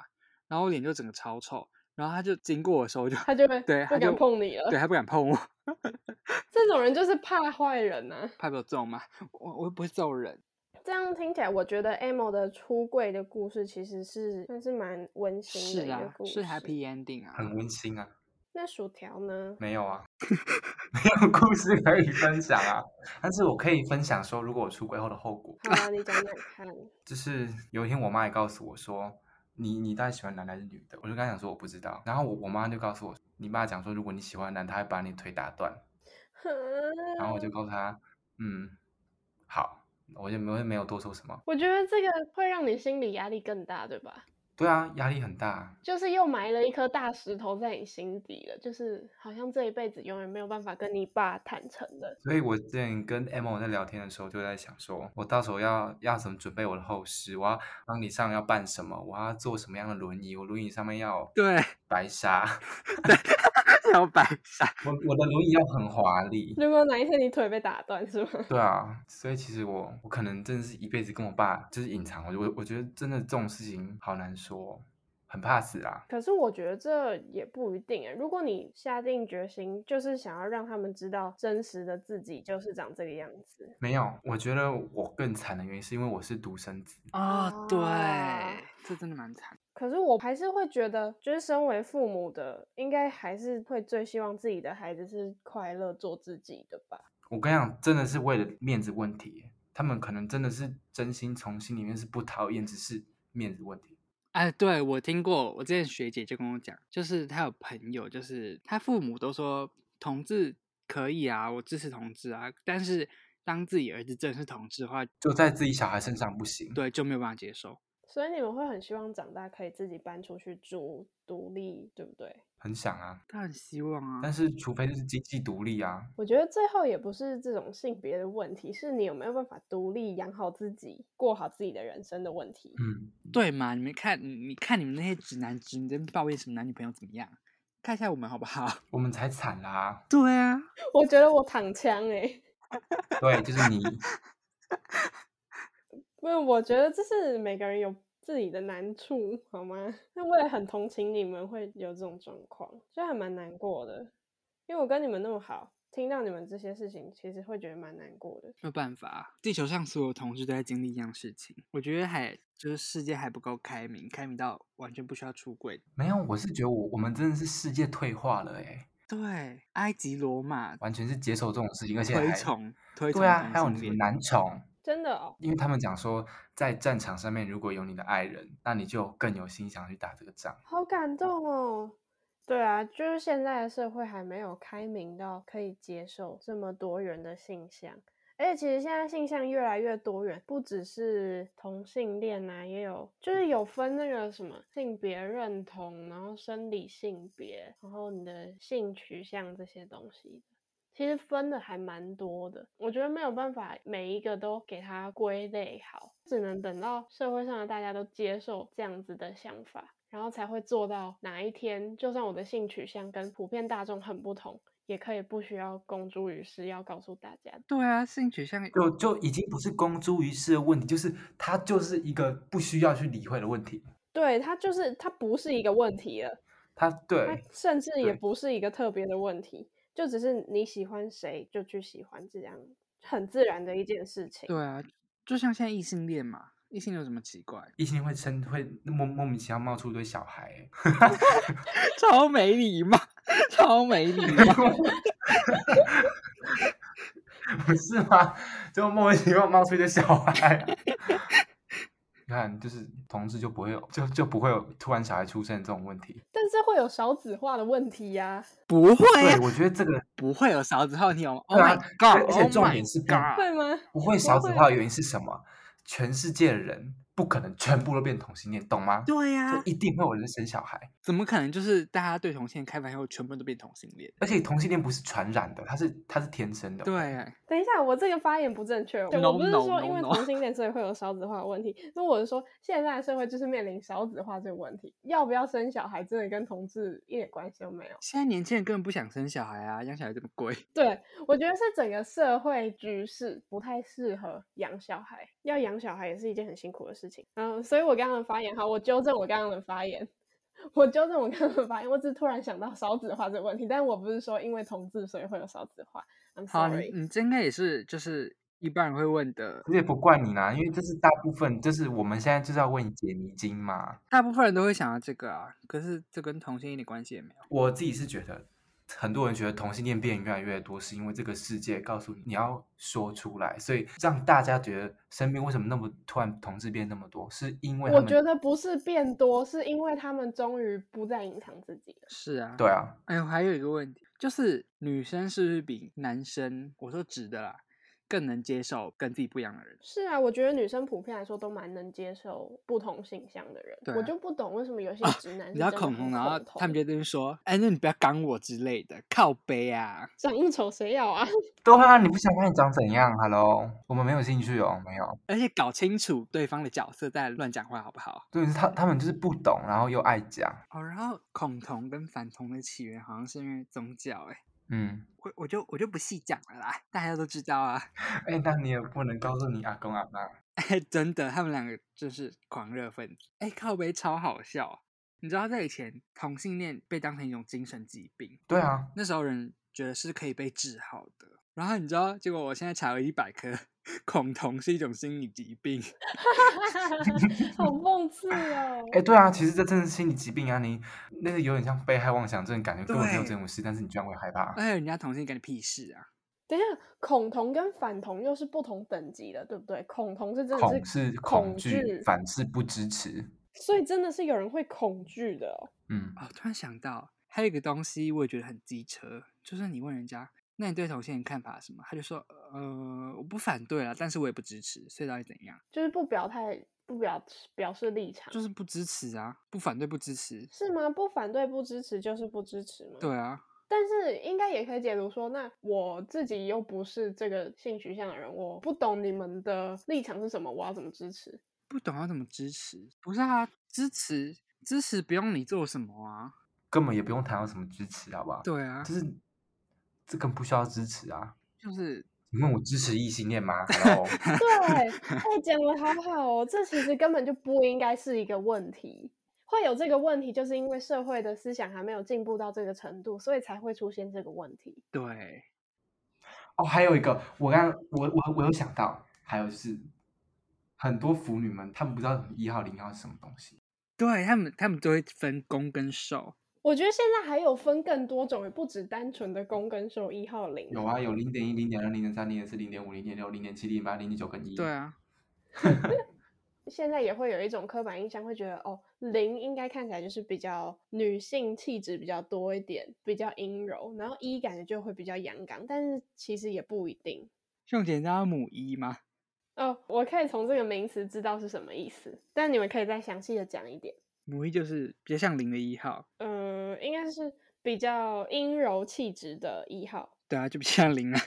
[SPEAKER 2] 然后我脸就整个超臭，然后她就经过我的时候我就，
[SPEAKER 1] 他就会
[SPEAKER 2] 对
[SPEAKER 1] 不
[SPEAKER 2] 她
[SPEAKER 1] 敢
[SPEAKER 2] 就
[SPEAKER 1] 碰你了。
[SPEAKER 2] 对，她不敢碰我，
[SPEAKER 1] 这种人就是怕坏人呐、
[SPEAKER 2] 怕被我揍吗？我我又不会揍人。
[SPEAKER 1] 这样听起来，我觉得 Amo 的出柜的故事其实是算是蛮温馨的一
[SPEAKER 2] 是
[SPEAKER 1] 个
[SPEAKER 2] 啊
[SPEAKER 1] 故，事。
[SPEAKER 2] 是 happy ending 啊，
[SPEAKER 3] 很温馨啊，
[SPEAKER 1] 那薯条呢？
[SPEAKER 3] 没有啊， 没有故事可以分享啊。但是我可以分享说，如果我出轨后的后果，
[SPEAKER 1] 好啊，你讲讲看。
[SPEAKER 3] 就是有一天我妈也告诉我说，你你到底喜欢男的还是女的？我就跟她讲说我不知道。然后我我妈就告诉我，你爸讲说如果你喜欢男，他会把你腿打断。然后我就告诉他，嗯，好，我就没有没有多说什么。
[SPEAKER 1] 我觉得这个会让你心理压力更大，对吧？
[SPEAKER 3] 对啊，压力很大，
[SPEAKER 1] 就是又埋了一颗大石头在你心底了，就是好像这一辈子永远没有办法跟你爸坦诚的。
[SPEAKER 3] 所以我之前跟 M 在聊天的时候，就在想说，我到时候要要怎么准备我的后事？我要帮你上要办什么？我要坐什么样的轮椅？我轮椅上面要有
[SPEAKER 2] 对，
[SPEAKER 3] 白纱，
[SPEAKER 2] 小白鲨。
[SPEAKER 3] 我我的轮椅要很华丽。
[SPEAKER 1] 如果哪一天你腿被打断，是吗？
[SPEAKER 3] 对啊，所以其实我我可能真的是一辈子跟我爸就是隐藏，我我我觉得真的这种事情好难说哦。很怕死啊。
[SPEAKER 1] 可是我觉得这也不一定诶，欸如果你下定决心，就是想要让他们知道真实的自己就是长这个样子，
[SPEAKER 3] 没有，我觉得我更惨的原因是因为我是独生子，
[SPEAKER 2] 哦，
[SPEAKER 1] 啊
[SPEAKER 2] 对，这真的蛮惨。
[SPEAKER 1] 可是我还是会觉得，就是身为父母的，应该还是会最希望自己的孩子是快乐做自己的吧。
[SPEAKER 3] 我跟你讲，真的是为了面子问题耶，他们可能真的是真心从心里面是不讨厌，只是面子问题。
[SPEAKER 2] 哎，对我听过，我之前学姐就跟我讲，就是她有朋友，就是她父母都说同志可以啊，我支持同志啊，但是当自己儿子真的是同志的话，
[SPEAKER 3] 就在自己小孩身上不行。
[SPEAKER 2] 对就没有办法接受。
[SPEAKER 1] 所以你们会很希望长大可以自己搬出去住，独立，对不对？
[SPEAKER 3] 很想啊，
[SPEAKER 2] 她很希望啊
[SPEAKER 3] 但，是除非就是经济独立啊，
[SPEAKER 1] 我觉得最后也不是这种性别的问题，是你有没有办法独立养好自己，过好自己的人生的问题。
[SPEAKER 3] 嗯，
[SPEAKER 2] 对嘛？你们看，你你看你们那些直男直女在那边抱怨什么男女朋友怎么样？看一下我们好不好？。
[SPEAKER 3] 我们才惨啦
[SPEAKER 2] 对啊，
[SPEAKER 1] 我觉得我躺枪哎、
[SPEAKER 3] 对，就是你，
[SPEAKER 1] 因为我觉得这是每个人有自己的难处，好吗？ 那我也很同情你们会有这种状况，所以还蛮难过的。因为我跟你们那么好，听到你们这些事情，其实会觉得蛮难过的。
[SPEAKER 2] 没有办法，地球上所有同志都在经历一样事情。我觉得还就是世界还不够开明，开明到完全不需要出轨。
[SPEAKER 3] 没有，我是觉得我我们真的是世界退化了哎，
[SPEAKER 2] 对，埃及罗马
[SPEAKER 3] 完全是接受这种事情，而且
[SPEAKER 2] 推
[SPEAKER 3] 还
[SPEAKER 2] 崇推崇
[SPEAKER 3] 对啊，
[SPEAKER 2] 同
[SPEAKER 3] 还有
[SPEAKER 2] 性
[SPEAKER 3] 什么
[SPEAKER 2] 恋
[SPEAKER 3] 男宠，
[SPEAKER 1] 真的哦，
[SPEAKER 3] 因为他们讲说在战场上面如果有你的爱人，那你就更有心想去打这个仗。
[SPEAKER 1] 好感动哦。对啊，就是现在的社会还没有开明到可以接受这么多元的性向，而且其实现在性向越来越多元，不只是同性恋呐、也有就是有分那个什么性别认同，然后生理性别，然后你的性取向这些东西其实分的还蛮多的，我觉得没有办法每一个都给它归类好，只能等到社会上的大家都接受这样子的想法，然后才会做到哪一天，就算我的性取向跟普遍大众很不同，也可以不需要公诸于世，要告诉大家。
[SPEAKER 2] 对啊，性取向
[SPEAKER 3] 就就已经不是公诸于世的问题，就是它就是一个不需要去理会的问题。
[SPEAKER 1] 对，它就是它不是一个问题了，
[SPEAKER 3] 它
[SPEAKER 1] 它
[SPEAKER 3] 对，
[SPEAKER 1] 甚至也
[SPEAKER 3] 对
[SPEAKER 1] 不是一个特别的问题，就只是你喜欢谁就去喜欢，这样很自然的一件事情。
[SPEAKER 2] 对啊，就像现在异性恋嘛，异性恋有什么奇怪？
[SPEAKER 3] 异性会生会莫莫名其妙冒出一堆小孩欸，
[SPEAKER 2] 超没礼貌， 超没礼 貌。
[SPEAKER 3] 不是吗？ 就莫名其妙冒出一堆小孩 啊。你看，就是同志就不会有，就就不会有突然小孩出生这种问题。
[SPEAKER 1] 但是会有少子化的问题呀、
[SPEAKER 2] 不会
[SPEAKER 3] 对，
[SPEAKER 2] 啊，
[SPEAKER 3] 我觉得这个
[SPEAKER 2] 不会有勺子后你有吗？Oh
[SPEAKER 3] 对啊
[SPEAKER 2] my
[SPEAKER 3] 而
[SPEAKER 2] god！
[SPEAKER 3] 而且
[SPEAKER 2] oh
[SPEAKER 3] 重
[SPEAKER 2] my
[SPEAKER 3] 点是变
[SPEAKER 2] god！
[SPEAKER 1] 会吗？
[SPEAKER 3] 不会
[SPEAKER 1] 不
[SPEAKER 3] 少子
[SPEAKER 1] 会
[SPEAKER 3] 化的原因是什么？全世界的人不可能全部都变同性恋，懂吗？
[SPEAKER 1] 啊
[SPEAKER 2] 对呀、
[SPEAKER 3] 就一定会有人生小孩。
[SPEAKER 2] 怎么可能？就是大家对同性恋开放以后，全部都变同性恋？
[SPEAKER 3] 而且同性恋不是传染的，它是它是天生的。，
[SPEAKER 2] 对，啊
[SPEAKER 1] 等一下，我这个发言不正确。对
[SPEAKER 2] No,
[SPEAKER 1] 我不是
[SPEAKER 2] no,
[SPEAKER 1] 说因
[SPEAKER 2] no,
[SPEAKER 1] 为
[SPEAKER 2] no.
[SPEAKER 1] 同性恋所以会有少子化的问题，那我是说现在的社会就是面临少子化这个问题。要不要生小孩，真的跟同志一点关系都没有。
[SPEAKER 2] 现在年轻人根本不想生小孩啊，养小孩这么 贵。
[SPEAKER 1] 对我觉得是整个社会局势不太适合养小孩，要养小孩也是一件很辛苦的事情。嗯，所以我刚刚的发言，好，我纠正我刚刚的发言。 我纠正我刚刚的发言，我只是突然想到少子化这个问题，但我不是说因为同志所以会有少子化。I'm
[SPEAKER 2] 好，
[SPEAKER 1] sorry。
[SPEAKER 2] 你你这应该也是就是一般人会问的，
[SPEAKER 3] 这也不怪你啦，因为这是大部分，就是我们现在就是要为你解迷津嘛。
[SPEAKER 2] 大部分人都会想到这个啊。可是这跟同性一点关系也没有。
[SPEAKER 3] 我自己是觉得，很多人觉得同性恋变越来越多，是因为这个世界告诉你你要说出来，所以让大家觉得身边为什么那么突然同志变那么多，是因为他
[SPEAKER 1] 我
[SPEAKER 3] 们
[SPEAKER 1] 觉得不是变多，是因为他们终于不再隐藏自己了。
[SPEAKER 2] 是啊，
[SPEAKER 3] 对啊，
[SPEAKER 2] 哎呦，还有一个问题，就是女生是不是比男生，我说直的啦，更能接受跟自己不一样的人？
[SPEAKER 1] 是啊，我觉得女生普遍来说都蛮能接受不同性向的人。
[SPEAKER 2] 对
[SPEAKER 1] 我
[SPEAKER 2] 啊
[SPEAKER 1] 就不懂为什么有些
[SPEAKER 2] 啊
[SPEAKER 1] 直男
[SPEAKER 2] 你
[SPEAKER 1] 是真的
[SPEAKER 2] 知道
[SPEAKER 1] 很
[SPEAKER 2] 恐同，然后他们
[SPEAKER 1] 就
[SPEAKER 2] 就在那边说：“哎，那你不要赶我之类的，靠背啊。
[SPEAKER 1] 长得丑谁要啊？
[SPEAKER 3] 对啊，你不想看你长怎样？Hello，我们没有兴趣哦，没有。”
[SPEAKER 2] 而且搞清楚对方的角色再乱讲话，好不好？
[SPEAKER 3] 对，是他他们就是不懂，然后又爱讲，
[SPEAKER 2] 哦，然后恐同跟反同的起源好像是因为宗教、欸，哎，
[SPEAKER 3] 嗯，
[SPEAKER 2] 我我就我就不细讲了啦，大家都知道啊。
[SPEAKER 3] 哎、那你也不能告诉你阿公阿妈。
[SPEAKER 2] 哎，真的，他们两个就是狂热分子，哎，靠背超好笑。你知道在以前同性恋被当成一种精神疾病，
[SPEAKER 3] 对啊，
[SPEAKER 2] 那时候人觉得是可以被治好的。然后你知道，结果我现在查了一百科，恐同是一种心理疾病。
[SPEAKER 1] 好讽刺哦！
[SPEAKER 3] 哎，对啊，其实这真的是心理疾病啊！你那个有点像被害妄想症，感觉根本没有这种事，但是你居然会害怕。
[SPEAKER 2] 而且哎人家同性恋干你屁事啊！
[SPEAKER 1] 等一下，恐同跟反同又是不同等级的，对不对？恐同是真的
[SPEAKER 3] 恐是
[SPEAKER 1] 恐
[SPEAKER 3] 惧，反是不支持。
[SPEAKER 1] 所以真的是有人会恐惧的哦。
[SPEAKER 3] 嗯，
[SPEAKER 2] 哦，突然想到还有一个东西，我也觉得很机车，就是你问人家，那你对同性恋看法是什么？他就说，呃，我不反对啦，但是我也不支持，所以到底怎样？
[SPEAKER 1] 就是不表态、不表表示立场，
[SPEAKER 2] 就是不支持啊，不反对不支持。
[SPEAKER 1] 是吗？不反对、不支持就是不支持吗？。
[SPEAKER 2] 对啊，
[SPEAKER 1] 但是应该也可以解读说，那我自己又不是这个性取向的人，我不懂你们的立场是什么，我要怎么支持？
[SPEAKER 2] 不懂要怎么支持？不是啊，支持支持不用你做什么啊。
[SPEAKER 3] 根本也不用谈到什么支持，好不好？
[SPEAKER 2] 对啊，
[SPEAKER 3] 就是这更不需要支持啊！
[SPEAKER 2] 就是
[SPEAKER 3] 你问我支持异性恋吗？Hello，
[SPEAKER 1] 对，哎，讲的好好哦，这其实根本就不应该是一个问题。会有这个问题，就是因为社会的思想还没有进步到这个程度，所以才会出现这个问题。
[SPEAKER 2] 对，
[SPEAKER 3] 哦，还有一个，我刚我我我有想到，还有就是很多腐女们，她们不知道一号零号是什么东西。
[SPEAKER 2] 对他们他们都会分攻跟受。
[SPEAKER 1] 我觉得现在还有分更多种，也不只单纯的公跟受一号零。
[SPEAKER 3] 有啊，有零点一、零点二、零点三、零点四、零点五、零点六、零点七、零点八、零点九跟一。
[SPEAKER 2] 对啊，
[SPEAKER 1] 现在也会有一种刻板印象，会觉得哦，零应该看起来就是比较女性气质比较多一点，比较阴柔，然后一感觉就会比较阳刚，但是其实也不一定。
[SPEAKER 2] 用简单母一吗？
[SPEAKER 1] 哦，我可以从这个名词知道是什么意思，但你们可以再详细的讲一点。
[SPEAKER 2] 母一就是比较像零的一号，
[SPEAKER 1] 嗯、应该是比较阴柔气质的一号。
[SPEAKER 2] 对啊，就比较像零啊。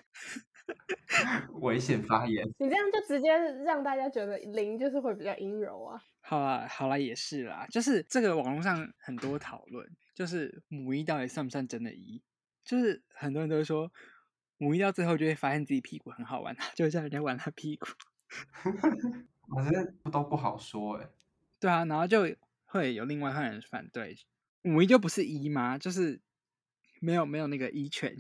[SPEAKER 3] 危险发言。
[SPEAKER 1] 你这样就直接让大家觉得零就是会比较阴柔啊。
[SPEAKER 2] 好啦，好啦，也是啦，就是这个网络上很多讨论，就是母一到底算不算真的一？就是很多人都说母一到最后就会发现自己屁股很好玩，啊就会叫人家玩他屁股。
[SPEAKER 3] 我觉得都不好说哎、
[SPEAKER 2] 对啊，然后就会有另外一派人反对，母一就不是一吗？就是没有没有那个一权，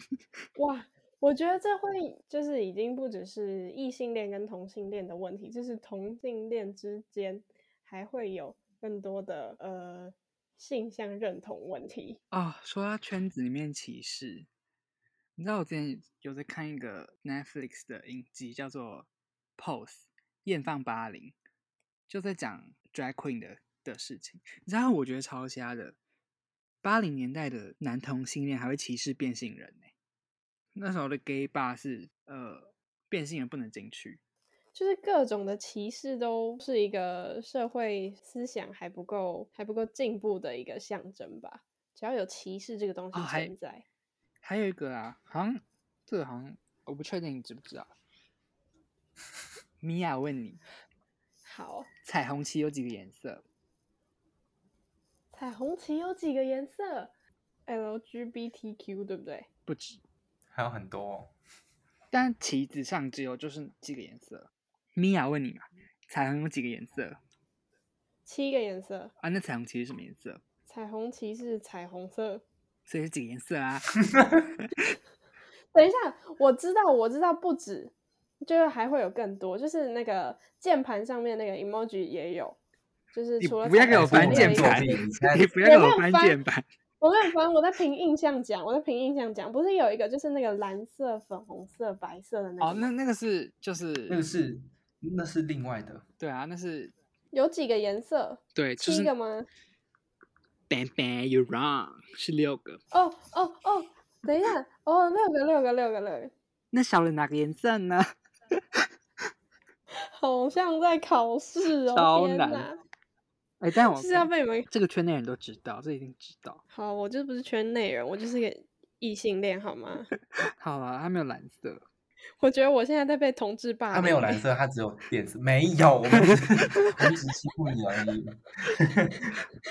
[SPEAKER 1] 哇，我觉得这会就是已经不只是异性恋跟同性恋的问题，就是同性恋之间还会有更多的呃性向认同问题。
[SPEAKER 2] 哦，说到圈子里面歧视，你知道我之前有在看一个 Netflix 的影集，叫做《Pose》艳放八零，就在讲 drag queen 的的事情。你知道我觉得超瞎的，八零年代的男同性恋还会歧视变性人呢、那时候的 gay bar 是呃变性人不能进去，
[SPEAKER 1] 就是各种的歧视都是一个社会思想还不够还不够进步的一个象征吧。只要有歧视这个东西
[SPEAKER 2] 哦还
[SPEAKER 1] 存在，
[SPEAKER 2] 还有一个啊，好像这个好像我不确定你知不知道。米娅问你，
[SPEAKER 1] 好，
[SPEAKER 2] 彩虹旗有几个颜色？
[SPEAKER 1] 彩虹旗有几个颜色？LGBTQ 对不对？
[SPEAKER 2] 不止，
[SPEAKER 3] 还有很多、哦。
[SPEAKER 2] 但旗子上只有就是几个颜色。米娅问你嘛，彩虹有几个颜色
[SPEAKER 1] 七个颜色，
[SPEAKER 2] 啊？那彩虹旗是什么颜色？
[SPEAKER 1] 彩虹旗是彩虹色。
[SPEAKER 2] 所以是几个颜色啊？
[SPEAKER 1] 等一下，我知道，我知道，不止，就是还会有更多，就是那个键盘上面那个 emoji 也有，就是
[SPEAKER 2] 你
[SPEAKER 1] 除了
[SPEAKER 2] 不要
[SPEAKER 1] 彩
[SPEAKER 2] 给我
[SPEAKER 1] 虹之外
[SPEAKER 2] 翻
[SPEAKER 1] 的
[SPEAKER 2] 键
[SPEAKER 1] emoji
[SPEAKER 2] 盘，
[SPEAKER 3] 你在
[SPEAKER 2] 你不
[SPEAKER 1] 我
[SPEAKER 2] 要给
[SPEAKER 1] 没
[SPEAKER 2] 我
[SPEAKER 1] 有
[SPEAKER 2] 翻
[SPEAKER 1] 翻
[SPEAKER 2] 键盘。
[SPEAKER 1] 我没有翻，我在凭印象讲，我在凭印象讲，不是有一个就是那个蓝色、粉红色、白色的那
[SPEAKER 2] 哦
[SPEAKER 1] 个，吗，
[SPEAKER 2] 那那个是就是
[SPEAKER 3] 那个是那是另外的，
[SPEAKER 2] 对啊，那是
[SPEAKER 1] 有几个颜色？
[SPEAKER 2] 对，就
[SPEAKER 1] 七
[SPEAKER 2] 是
[SPEAKER 1] 个吗？
[SPEAKER 2] bang bang you wrong 是六个。
[SPEAKER 1] 哦哦哦，等一下，哦，六个，六个，六个，六个，
[SPEAKER 2] 那少了哪个颜色呢？
[SPEAKER 1] 好像在考试哦，
[SPEAKER 2] 超
[SPEAKER 1] 天
[SPEAKER 2] 难
[SPEAKER 1] 哪，
[SPEAKER 2] 哎，但我
[SPEAKER 1] 是要被你们
[SPEAKER 2] 这个圈内人都知道，这一定知道。
[SPEAKER 1] 好，我就不是圈内人，我就是个异性恋，好吗？
[SPEAKER 2] 好啊，它没有蓝色。
[SPEAKER 1] 我觉得我现在在被同志霸凌欸。
[SPEAKER 3] 啊它没有蓝色，它只有点色，没有，我们只是我们只是欺负你而 已。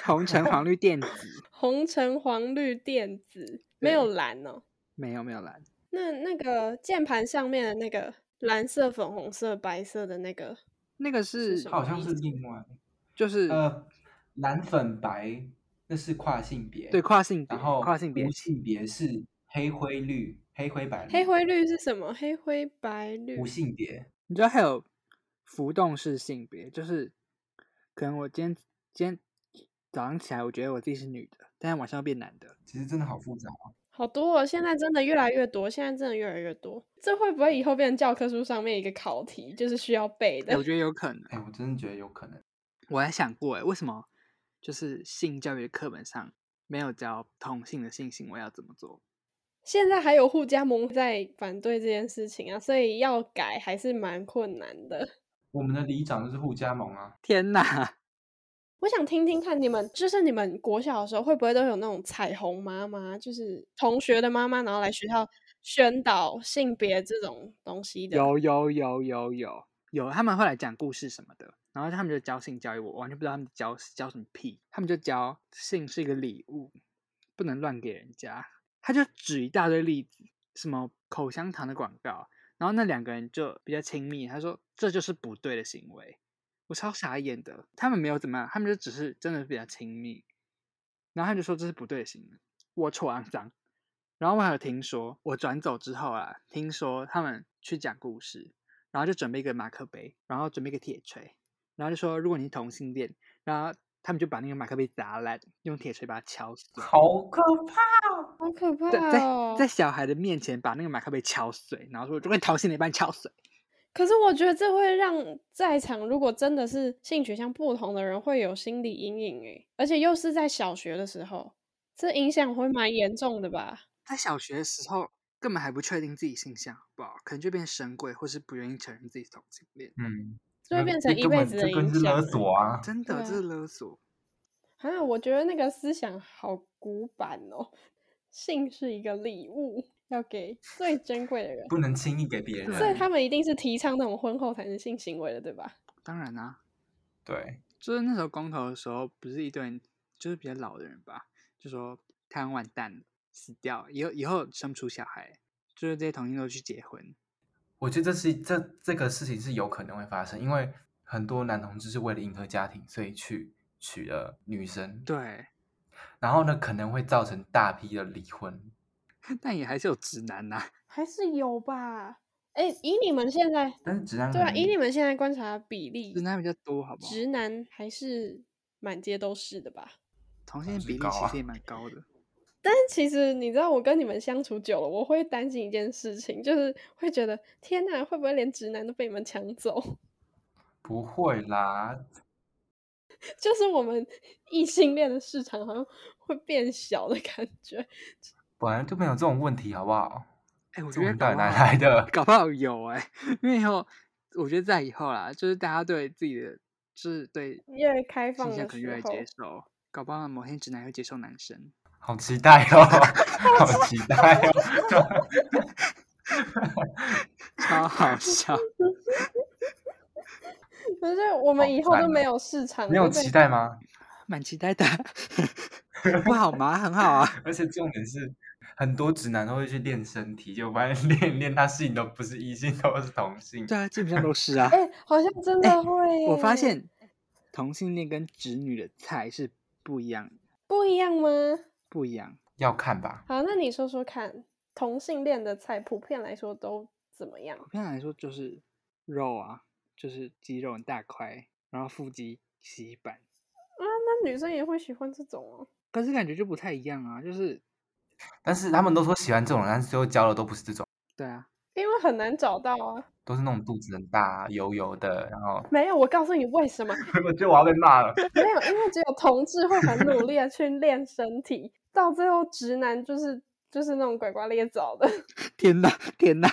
[SPEAKER 2] 红橙黄绿靛紫，
[SPEAKER 1] 红橙黄绿靛紫，没有蓝哦。
[SPEAKER 2] 没有没有蓝。
[SPEAKER 1] 那那个键盘上面的那个蓝色、粉红色、白色的那个，
[SPEAKER 2] 那个
[SPEAKER 1] 是
[SPEAKER 2] 是
[SPEAKER 1] 什
[SPEAKER 3] 它
[SPEAKER 1] 么
[SPEAKER 3] 呃好像是另外
[SPEAKER 2] 就是
[SPEAKER 3] 呃蓝粉白那是跨性别，
[SPEAKER 2] 对，跨性别，
[SPEAKER 3] 然后
[SPEAKER 2] 跨性别
[SPEAKER 3] 无，性别是黑灰绿、黑灰白绿、
[SPEAKER 1] 黑灰绿是什么？黑灰白绿
[SPEAKER 3] 无性别，
[SPEAKER 2] 你知道还有浮动式性别，就是可能我今天今天早上起来，我觉得我自己是女的，但是晚上又变男的。
[SPEAKER 3] 其实真的好复杂哦。
[SPEAKER 1] 好多哦，现在真的越来越多，现在真的越来越多。这会不会以后变成教科书上面一个考题，就是需要背
[SPEAKER 2] 哎
[SPEAKER 1] 的
[SPEAKER 2] 我？觉得有可能。
[SPEAKER 3] 哎，我真的觉得有可能。
[SPEAKER 2] 我还想过，哎，为什么就是性教育课本上没有教同性的性行为要怎么做？
[SPEAKER 1] 现在还有互加盟在反对这件事情啊，所以要改还是蛮困难的。
[SPEAKER 3] 我们的里长就是互加盟啊，
[SPEAKER 2] 天哪！
[SPEAKER 1] 我想听听看你们，就是你们国小的时候会不会都有那种彩虹妈妈，就是同学的妈妈，然后来学校宣导性别这种东西的？
[SPEAKER 2] 有有有有有有，他们会来讲故事什么的，然后他们就教性教育，我完全不知道他们教教什么屁，他们就教性是一个礼物，不能乱给人家。他就举一大堆例子，什么口香糖的广告，然后那两个人就比较亲密，他说这就是不对的行为，我超傻眼的，他们没有怎么样，他们就只是真的比较亲密，然后他就说这是不对的行为，龌龊肮脏。然后我还有听说，我转走之后啊，听说他们去讲故事，然后就准备一个马克杯，然后准备一个铁锤，然后就说如果你是同性恋，然后他们就把那个马克杯砸烂，用铁锤把它敲碎。
[SPEAKER 3] 好可怕！
[SPEAKER 1] 好可怕
[SPEAKER 2] 对，
[SPEAKER 1] 哦！
[SPEAKER 2] 在在小孩的面前把那个马克杯敲碎，然后说如果你同性恋，把你敲碎。
[SPEAKER 1] 可是我觉得这会让在场如果真的是性取向不同的人会有心理阴影诶，而且又是在小学的时候，这影响会蛮严重的吧？
[SPEAKER 2] 在小学的时候根本还不确定自己性向好不好，可能就变神鬼，或是不愿意承认自己是同性恋。
[SPEAKER 3] 嗯，
[SPEAKER 1] 就会
[SPEAKER 3] 那
[SPEAKER 1] 变成
[SPEAKER 3] 这
[SPEAKER 1] 一
[SPEAKER 3] 根
[SPEAKER 1] 辈
[SPEAKER 3] 本
[SPEAKER 1] 子
[SPEAKER 3] 这
[SPEAKER 1] 的
[SPEAKER 3] 根
[SPEAKER 1] 影
[SPEAKER 3] 是
[SPEAKER 1] 响
[SPEAKER 3] 勒
[SPEAKER 1] 欸。
[SPEAKER 3] 索啊！
[SPEAKER 2] 真的，
[SPEAKER 1] 对
[SPEAKER 2] 这
[SPEAKER 1] 啊
[SPEAKER 2] 是勒索。
[SPEAKER 1] 啊，我觉得那个思想好古板哦，性是一个礼物，要给最珍贵 的人，
[SPEAKER 3] 不能轻易给别人。
[SPEAKER 1] 所以他们一定是提倡那种婚后才能性行为的，对吧？
[SPEAKER 2] 当然啊，
[SPEAKER 3] 对，
[SPEAKER 2] 就是那时候公投的时候，不是一堆人，就是比较老的人吧，就说台湾完蛋了，死掉了，以后以后生不出小孩，就是这些同性都去结婚。
[SPEAKER 3] 我觉得这是这这个事情是有可能会发生，因为很多男同志是为了迎合家庭，所以去娶了女生。，
[SPEAKER 2] 对，
[SPEAKER 3] 然后呢，可能会造成大批的离婚。
[SPEAKER 2] 但也还是有直男呐、
[SPEAKER 1] 还是有吧？哎，以你们现在，
[SPEAKER 3] 但是直男
[SPEAKER 1] 对啊，
[SPEAKER 3] 很
[SPEAKER 1] 以你们现在观察的比例，
[SPEAKER 2] 直男比较多，好不好？
[SPEAKER 1] 直男还是满街都是的吧？
[SPEAKER 2] 同性
[SPEAKER 3] 还
[SPEAKER 2] 恋
[SPEAKER 3] 是
[SPEAKER 2] 比例
[SPEAKER 3] 高
[SPEAKER 2] 其
[SPEAKER 3] 啊
[SPEAKER 2] 实也蛮高的。
[SPEAKER 1] 但其实你知道，我跟你们相处久了，我会担心一件事情，就是会觉得天呐，会不会连直男都被你们抢走？
[SPEAKER 3] 不会啦，
[SPEAKER 1] 就是我们 异性恋的市场好像会变小的感觉。
[SPEAKER 3] 本来就没有这种问题，好不好？
[SPEAKER 2] 哎、我
[SPEAKER 3] 这
[SPEAKER 2] 觉得
[SPEAKER 3] 我们到
[SPEAKER 2] 搞
[SPEAKER 3] 底
[SPEAKER 2] 不
[SPEAKER 3] 哪
[SPEAKER 2] 好
[SPEAKER 3] 来的？
[SPEAKER 2] 搞不好有哎、因为以后我觉得在以后啦，就是大家对自己的，就是对
[SPEAKER 1] 越来开放
[SPEAKER 2] 性向
[SPEAKER 1] 的
[SPEAKER 2] 可能越来
[SPEAKER 1] 时
[SPEAKER 2] 越
[SPEAKER 1] 候，
[SPEAKER 2] 接受，搞不好某天直男会接受男 生。
[SPEAKER 3] 好期待 哦，好期待哦！
[SPEAKER 2] 超好笑，
[SPEAKER 1] 可是我们
[SPEAKER 3] 好
[SPEAKER 1] 以后都
[SPEAKER 3] 赞
[SPEAKER 1] 没
[SPEAKER 3] 哦
[SPEAKER 1] 有市场，
[SPEAKER 3] 你有
[SPEAKER 1] 会被
[SPEAKER 3] 期待吗？
[SPEAKER 2] 蛮期待的， 不好吗？很好啊，
[SPEAKER 3] 而且重点是，很多直男都会去练身体，就发现练练他事情都不是异性，都是同性。
[SPEAKER 2] 对啊，基本上都是 啊。
[SPEAKER 1] 哎、好像真
[SPEAKER 2] 哎
[SPEAKER 1] 的会、
[SPEAKER 2] 我发现同性恋跟直女的菜是不一样，
[SPEAKER 1] 不一样吗？
[SPEAKER 2] 不一样。
[SPEAKER 3] 要看吧，
[SPEAKER 1] 好，那你说说看，同性恋的菜普遍来说都怎么样
[SPEAKER 2] 普？遍来说就是肉啊，就是肌肉很大块，然后腹肌洗板，
[SPEAKER 1] 啊，那女生也会喜欢这种哦。
[SPEAKER 2] 可是感觉就不太一样啊，就是
[SPEAKER 3] 但是他们都说喜欢这种人，但是最后交的都不是这种，
[SPEAKER 2] 对啊，
[SPEAKER 1] 因为很难找到啊，
[SPEAKER 3] 都是那种肚子很大、油油的，然后
[SPEAKER 1] 没有。我告诉你为什么，
[SPEAKER 3] 我觉得我要被骂 了。
[SPEAKER 1] 没有，因为只有同志会很努力的去练身体，到最后直男就是就是那种拐瓜裂枣的。
[SPEAKER 2] 天哪，天哪！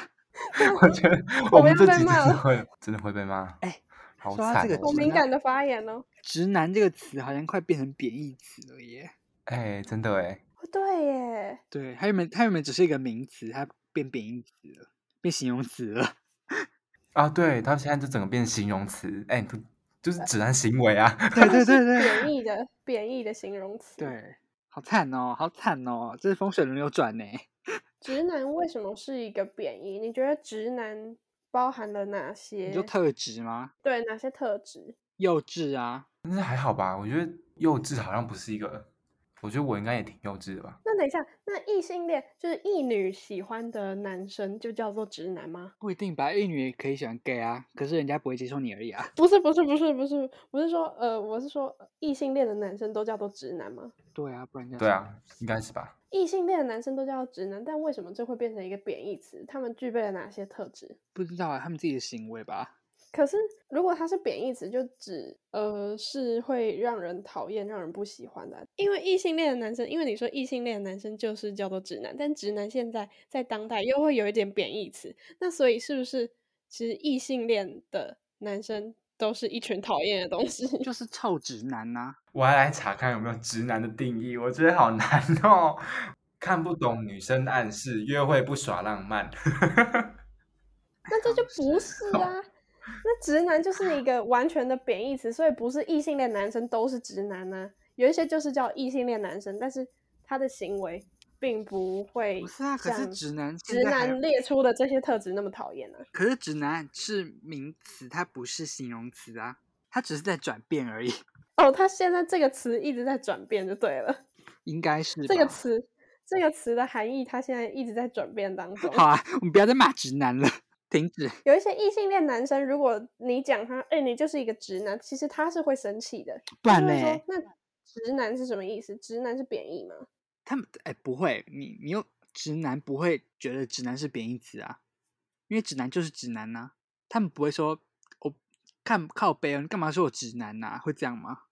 [SPEAKER 3] 我觉得
[SPEAKER 1] 我
[SPEAKER 3] 我
[SPEAKER 1] 们要
[SPEAKER 3] 们这
[SPEAKER 1] 被
[SPEAKER 3] 集
[SPEAKER 1] 骂
[SPEAKER 3] 真的
[SPEAKER 1] 了
[SPEAKER 3] 会真的会被骂，
[SPEAKER 2] 哎，
[SPEAKER 3] 好
[SPEAKER 2] 说到
[SPEAKER 3] 惨
[SPEAKER 2] 这个
[SPEAKER 3] 哦！
[SPEAKER 1] 好
[SPEAKER 2] 直
[SPEAKER 1] 敏
[SPEAKER 2] 男
[SPEAKER 1] 感的发言哦。
[SPEAKER 2] 直男这个词好像快变成贬义词了耶。
[SPEAKER 3] 哎，真的哎，
[SPEAKER 1] 哦对耶，
[SPEAKER 2] 对，它原本它原本只是一个名词，它变贬义词了，变形容词了。
[SPEAKER 3] 啊，对他现在就整个变形容词，哎，就就是直男行为啊。
[SPEAKER 2] 对对对 对，
[SPEAKER 1] 贬义的贬义的形容词。，
[SPEAKER 2] 对，好惨哦，好惨哦，这是风水轮流转呢。
[SPEAKER 1] 直男为什么是一个贬义？你觉得直男包含了哪些
[SPEAKER 2] 你？说特质吗？
[SPEAKER 1] 对哪些特质？
[SPEAKER 2] 幼稚啊，
[SPEAKER 3] 但是还好吧，我觉得幼稚好像不是一个我觉得我应该也挺幼稚的吧？
[SPEAKER 1] 那等一下，那异性恋就是异女喜欢的男生就叫做直男吗？
[SPEAKER 2] 不一定吧，一女也可以喜欢 gay 啊，可是人家不会接受你而已啊。
[SPEAKER 1] 不是不是不是不是，我是说呃，我是说异性恋的男生都叫做直男吗？
[SPEAKER 2] 对啊，不然叫
[SPEAKER 3] 对
[SPEAKER 2] 什
[SPEAKER 3] 啊
[SPEAKER 2] 么，
[SPEAKER 3] 应该是吧？
[SPEAKER 1] 异性恋的男生都叫直男，但为什么这会变成一个贬义词？他们具备了哪些特质？
[SPEAKER 2] 不知道啊，他们自己的行为吧。
[SPEAKER 1] 可是如果它是贬义词，就指呃是会让人讨厌、让人不喜欢的啊。因为异性恋的男生，因为你说异性恋的男生就是叫做直男，但直男现在在当代又会有一点贬义词，那所以是不是其实异性恋的男生都是一群讨厌的东西？
[SPEAKER 2] 就是臭直男呐、
[SPEAKER 3] 我还来查看有没有直男的定义，我觉得好难哦， 看不懂女生的暗示，约会不耍浪漫。
[SPEAKER 1] 那这就不是啊。那直男就是一个完全的贬义词，所以不是异性恋男生都是直男呢、有一些就是叫异性恋男生，但是他的行为并不会
[SPEAKER 2] 不是啊，可是
[SPEAKER 1] 像
[SPEAKER 2] 直男现
[SPEAKER 1] 直
[SPEAKER 2] 在还
[SPEAKER 1] 男列出的这些特质那么讨厌呢、啊
[SPEAKER 2] 可是直男是名词，它不是形容词啊，它只是在转变而已，
[SPEAKER 1] 哦，他现在这个词一直在转变就对了，
[SPEAKER 2] 应该是
[SPEAKER 1] 这个
[SPEAKER 2] 吧。
[SPEAKER 1] 词这个词的含义，它现在一直在转变当中。
[SPEAKER 2] 好啊，我们不要再骂直男了，停止。
[SPEAKER 1] 有一些异性恋男生，如果你讲他，哎、你就是一个直男，其实他是会生气的。
[SPEAKER 2] 不
[SPEAKER 1] 他
[SPEAKER 2] 然
[SPEAKER 1] 就会
[SPEAKER 2] 嘞
[SPEAKER 1] 说，，那直男是什么意思？直男是贬义吗？
[SPEAKER 2] 他们哎不会，你你又直男不会觉得直男是贬义词啊，因为直男就是直男呐、他们不会说我看靠背哦，你干嘛说我直男呐、会这样吗？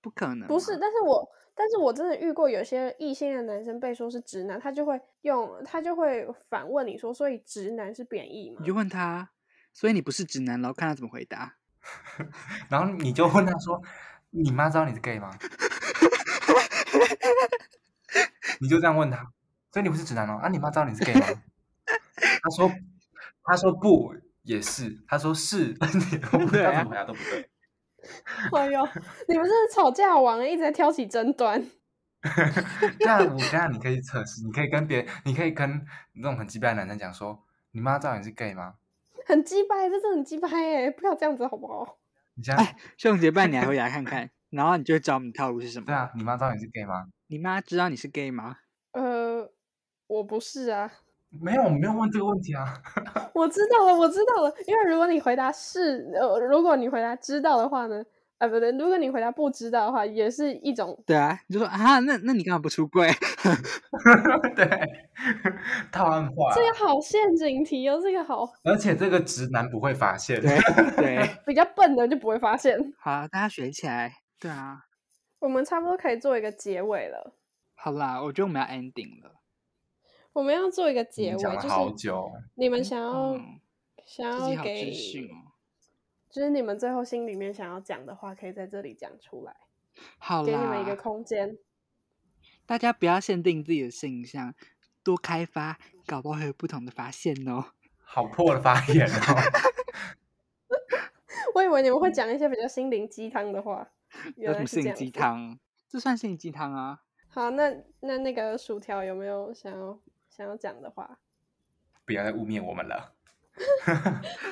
[SPEAKER 2] 不可能嘛，
[SPEAKER 1] 不是，但是我但是我真的遇过有些异性恋男生被说是直男，他就会用他就会反问你说，所以直男是贬义吗
[SPEAKER 2] 你？就问他，所以你不是直男咯，然后看他怎么回答。
[SPEAKER 3] 然后你就问他说：“你妈知道你是 gay 吗？” 你就这样问他，所以你不是直男哦？啊，你妈知道你是 gay 吗？他说：“他说不，也是。”他说是， 我不知道怎么回答都不对。
[SPEAKER 1] 哎呦，你们真是吵架王，一直在挑起争端。
[SPEAKER 3] 这样我这样你可以测试，你可以跟别人，你可以跟那种很鸡巴的男生讲说：“你妈知道你是 gay 吗
[SPEAKER 1] 很鸡掰，这真的很鸡掰哎！不要这样子好不好？？”
[SPEAKER 3] 你现在
[SPEAKER 2] 哎，兄结伴你还回来看看，然后你就会知道我们的套路是什么。
[SPEAKER 3] 对啊，你妈知道你是 gay 吗？
[SPEAKER 2] 你妈知道你是 gay 吗？
[SPEAKER 1] 呃，我不是啊，
[SPEAKER 3] 没有，我没有问这个问题啊。
[SPEAKER 1] 我知道了，我知道了。因为如果你回答是，呃，如果你回答知道的话呢，呃，不对，如果你回答不知道的话，也是一种
[SPEAKER 2] 对啊，你就说啊，那那你干嘛不出柜？
[SPEAKER 3] 对，套暗话啊。
[SPEAKER 1] 这个好陷阱题哦，这个好
[SPEAKER 3] 而且这个直男不会发现。
[SPEAKER 2] 对对，
[SPEAKER 1] 比较笨的就不会发现。
[SPEAKER 2] 好，大家学起来。对啊，
[SPEAKER 1] 我们差不多可以做一个结尾了，
[SPEAKER 2] 好啦，我觉得我们要 ending 了。
[SPEAKER 1] 我们要做一个
[SPEAKER 3] 已
[SPEAKER 1] 结
[SPEAKER 3] 经
[SPEAKER 1] 尾，
[SPEAKER 3] 讲了
[SPEAKER 1] 就
[SPEAKER 3] 好
[SPEAKER 1] 是
[SPEAKER 3] 久哦，
[SPEAKER 1] 你们想要、
[SPEAKER 2] 嗯，
[SPEAKER 1] 想
[SPEAKER 2] 自己
[SPEAKER 1] 要
[SPEAKER 2] 好
[SPEAKER 1] 给
[SPEAKER 2] 自，信哦。
[SPEAKER 1] 就是你们最后心里面想要讲的话，可以在这里讲出来，
[SPEAKER 2] 好
[SPEAKER 1] 给你们一个
[SPEAKER 2] 啦，
[SPEAKER 1] 空间。
[SPEAKER 2] 大家不要限定自己的性向，多开发，搞不好会有不同的发现哦。
[SPEAKER 3] 好破的发言哦。
[SPEAKER 1] 我以为你们会讲一些比较心灵鸡汤的话，原
[SPEAKER 2] 有嗯什
[SPEAKER 1] 来
[SPEAKER 2] 么
[SPEAKER 1] 是这
[SPEAKER 2] 性
[SPEAKER 1] 样子
[SPEAKER 2] 鸡。汤？这算性鸡汤啊？
[SPEAKER 1] 好，那那那个薯条有没有想要想要讲的话？
[SPEAKER 3] 不要再污蔑我们 了。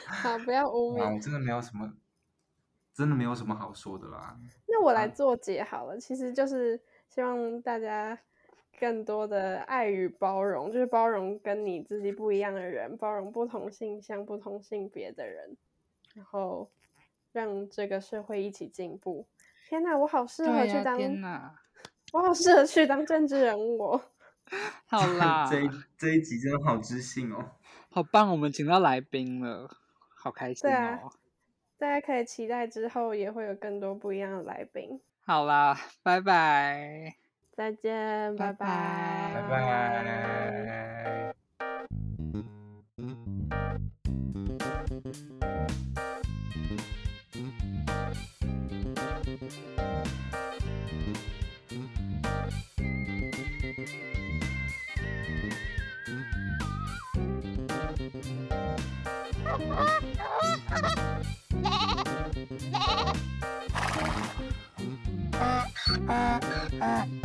[SPEAKER 1] 好，不要污
[SPEAKER 3] 啊，
[SPEAKER 1] 蔑。
[SPEAKER 3] 我真的没有什么，真的没有什么好说的啦。
[SPEAKER 1] 那我
[SPEAKER 2] 嗯
[SPEAKER 1] 来做结好了，其实就是希望大家更多的爱与包容，就是包容跟你自己不一样的人，包容不同性向、不同性别的人，然后让这个社会一起进步。天呐，我好适合
[SPEAKER 2] 对
[SPEAKER 1] 去
[SPEAKER 2] 啊，
[SPEAKER 1] 当，
[SPEAKER 2] 天哪！
[SPEAKER 1] 我好适合去当政治人物、哦。
[SPEAKER 2] 好
[SPEAKER 3] 啊
[SPEAKER 2] 啦，
[SPEAKER 3] 这一集真的好知性哦。
[SPEAKER 2] 好棒，我们请到来宾了，好开心
[SPEAKER 1] 对啊
[SPEAKER 2] 哦。
[SPEAKER 1] 大家可以期待之后也会有更多不一样的来宾。
[SPEAKER 2] 好啦，拜拜。
[SPEAKER 1] 再见，
[SPEAKER 2] 拜
[SPEAKER 1] 拜
[SPEAKER 2] 拜
[SPEAKER 3] 拜
[SPEAKER 1] 拜
[SPEAKER 3] 拜。
[SPEAKER 4] Uh, uh, uh.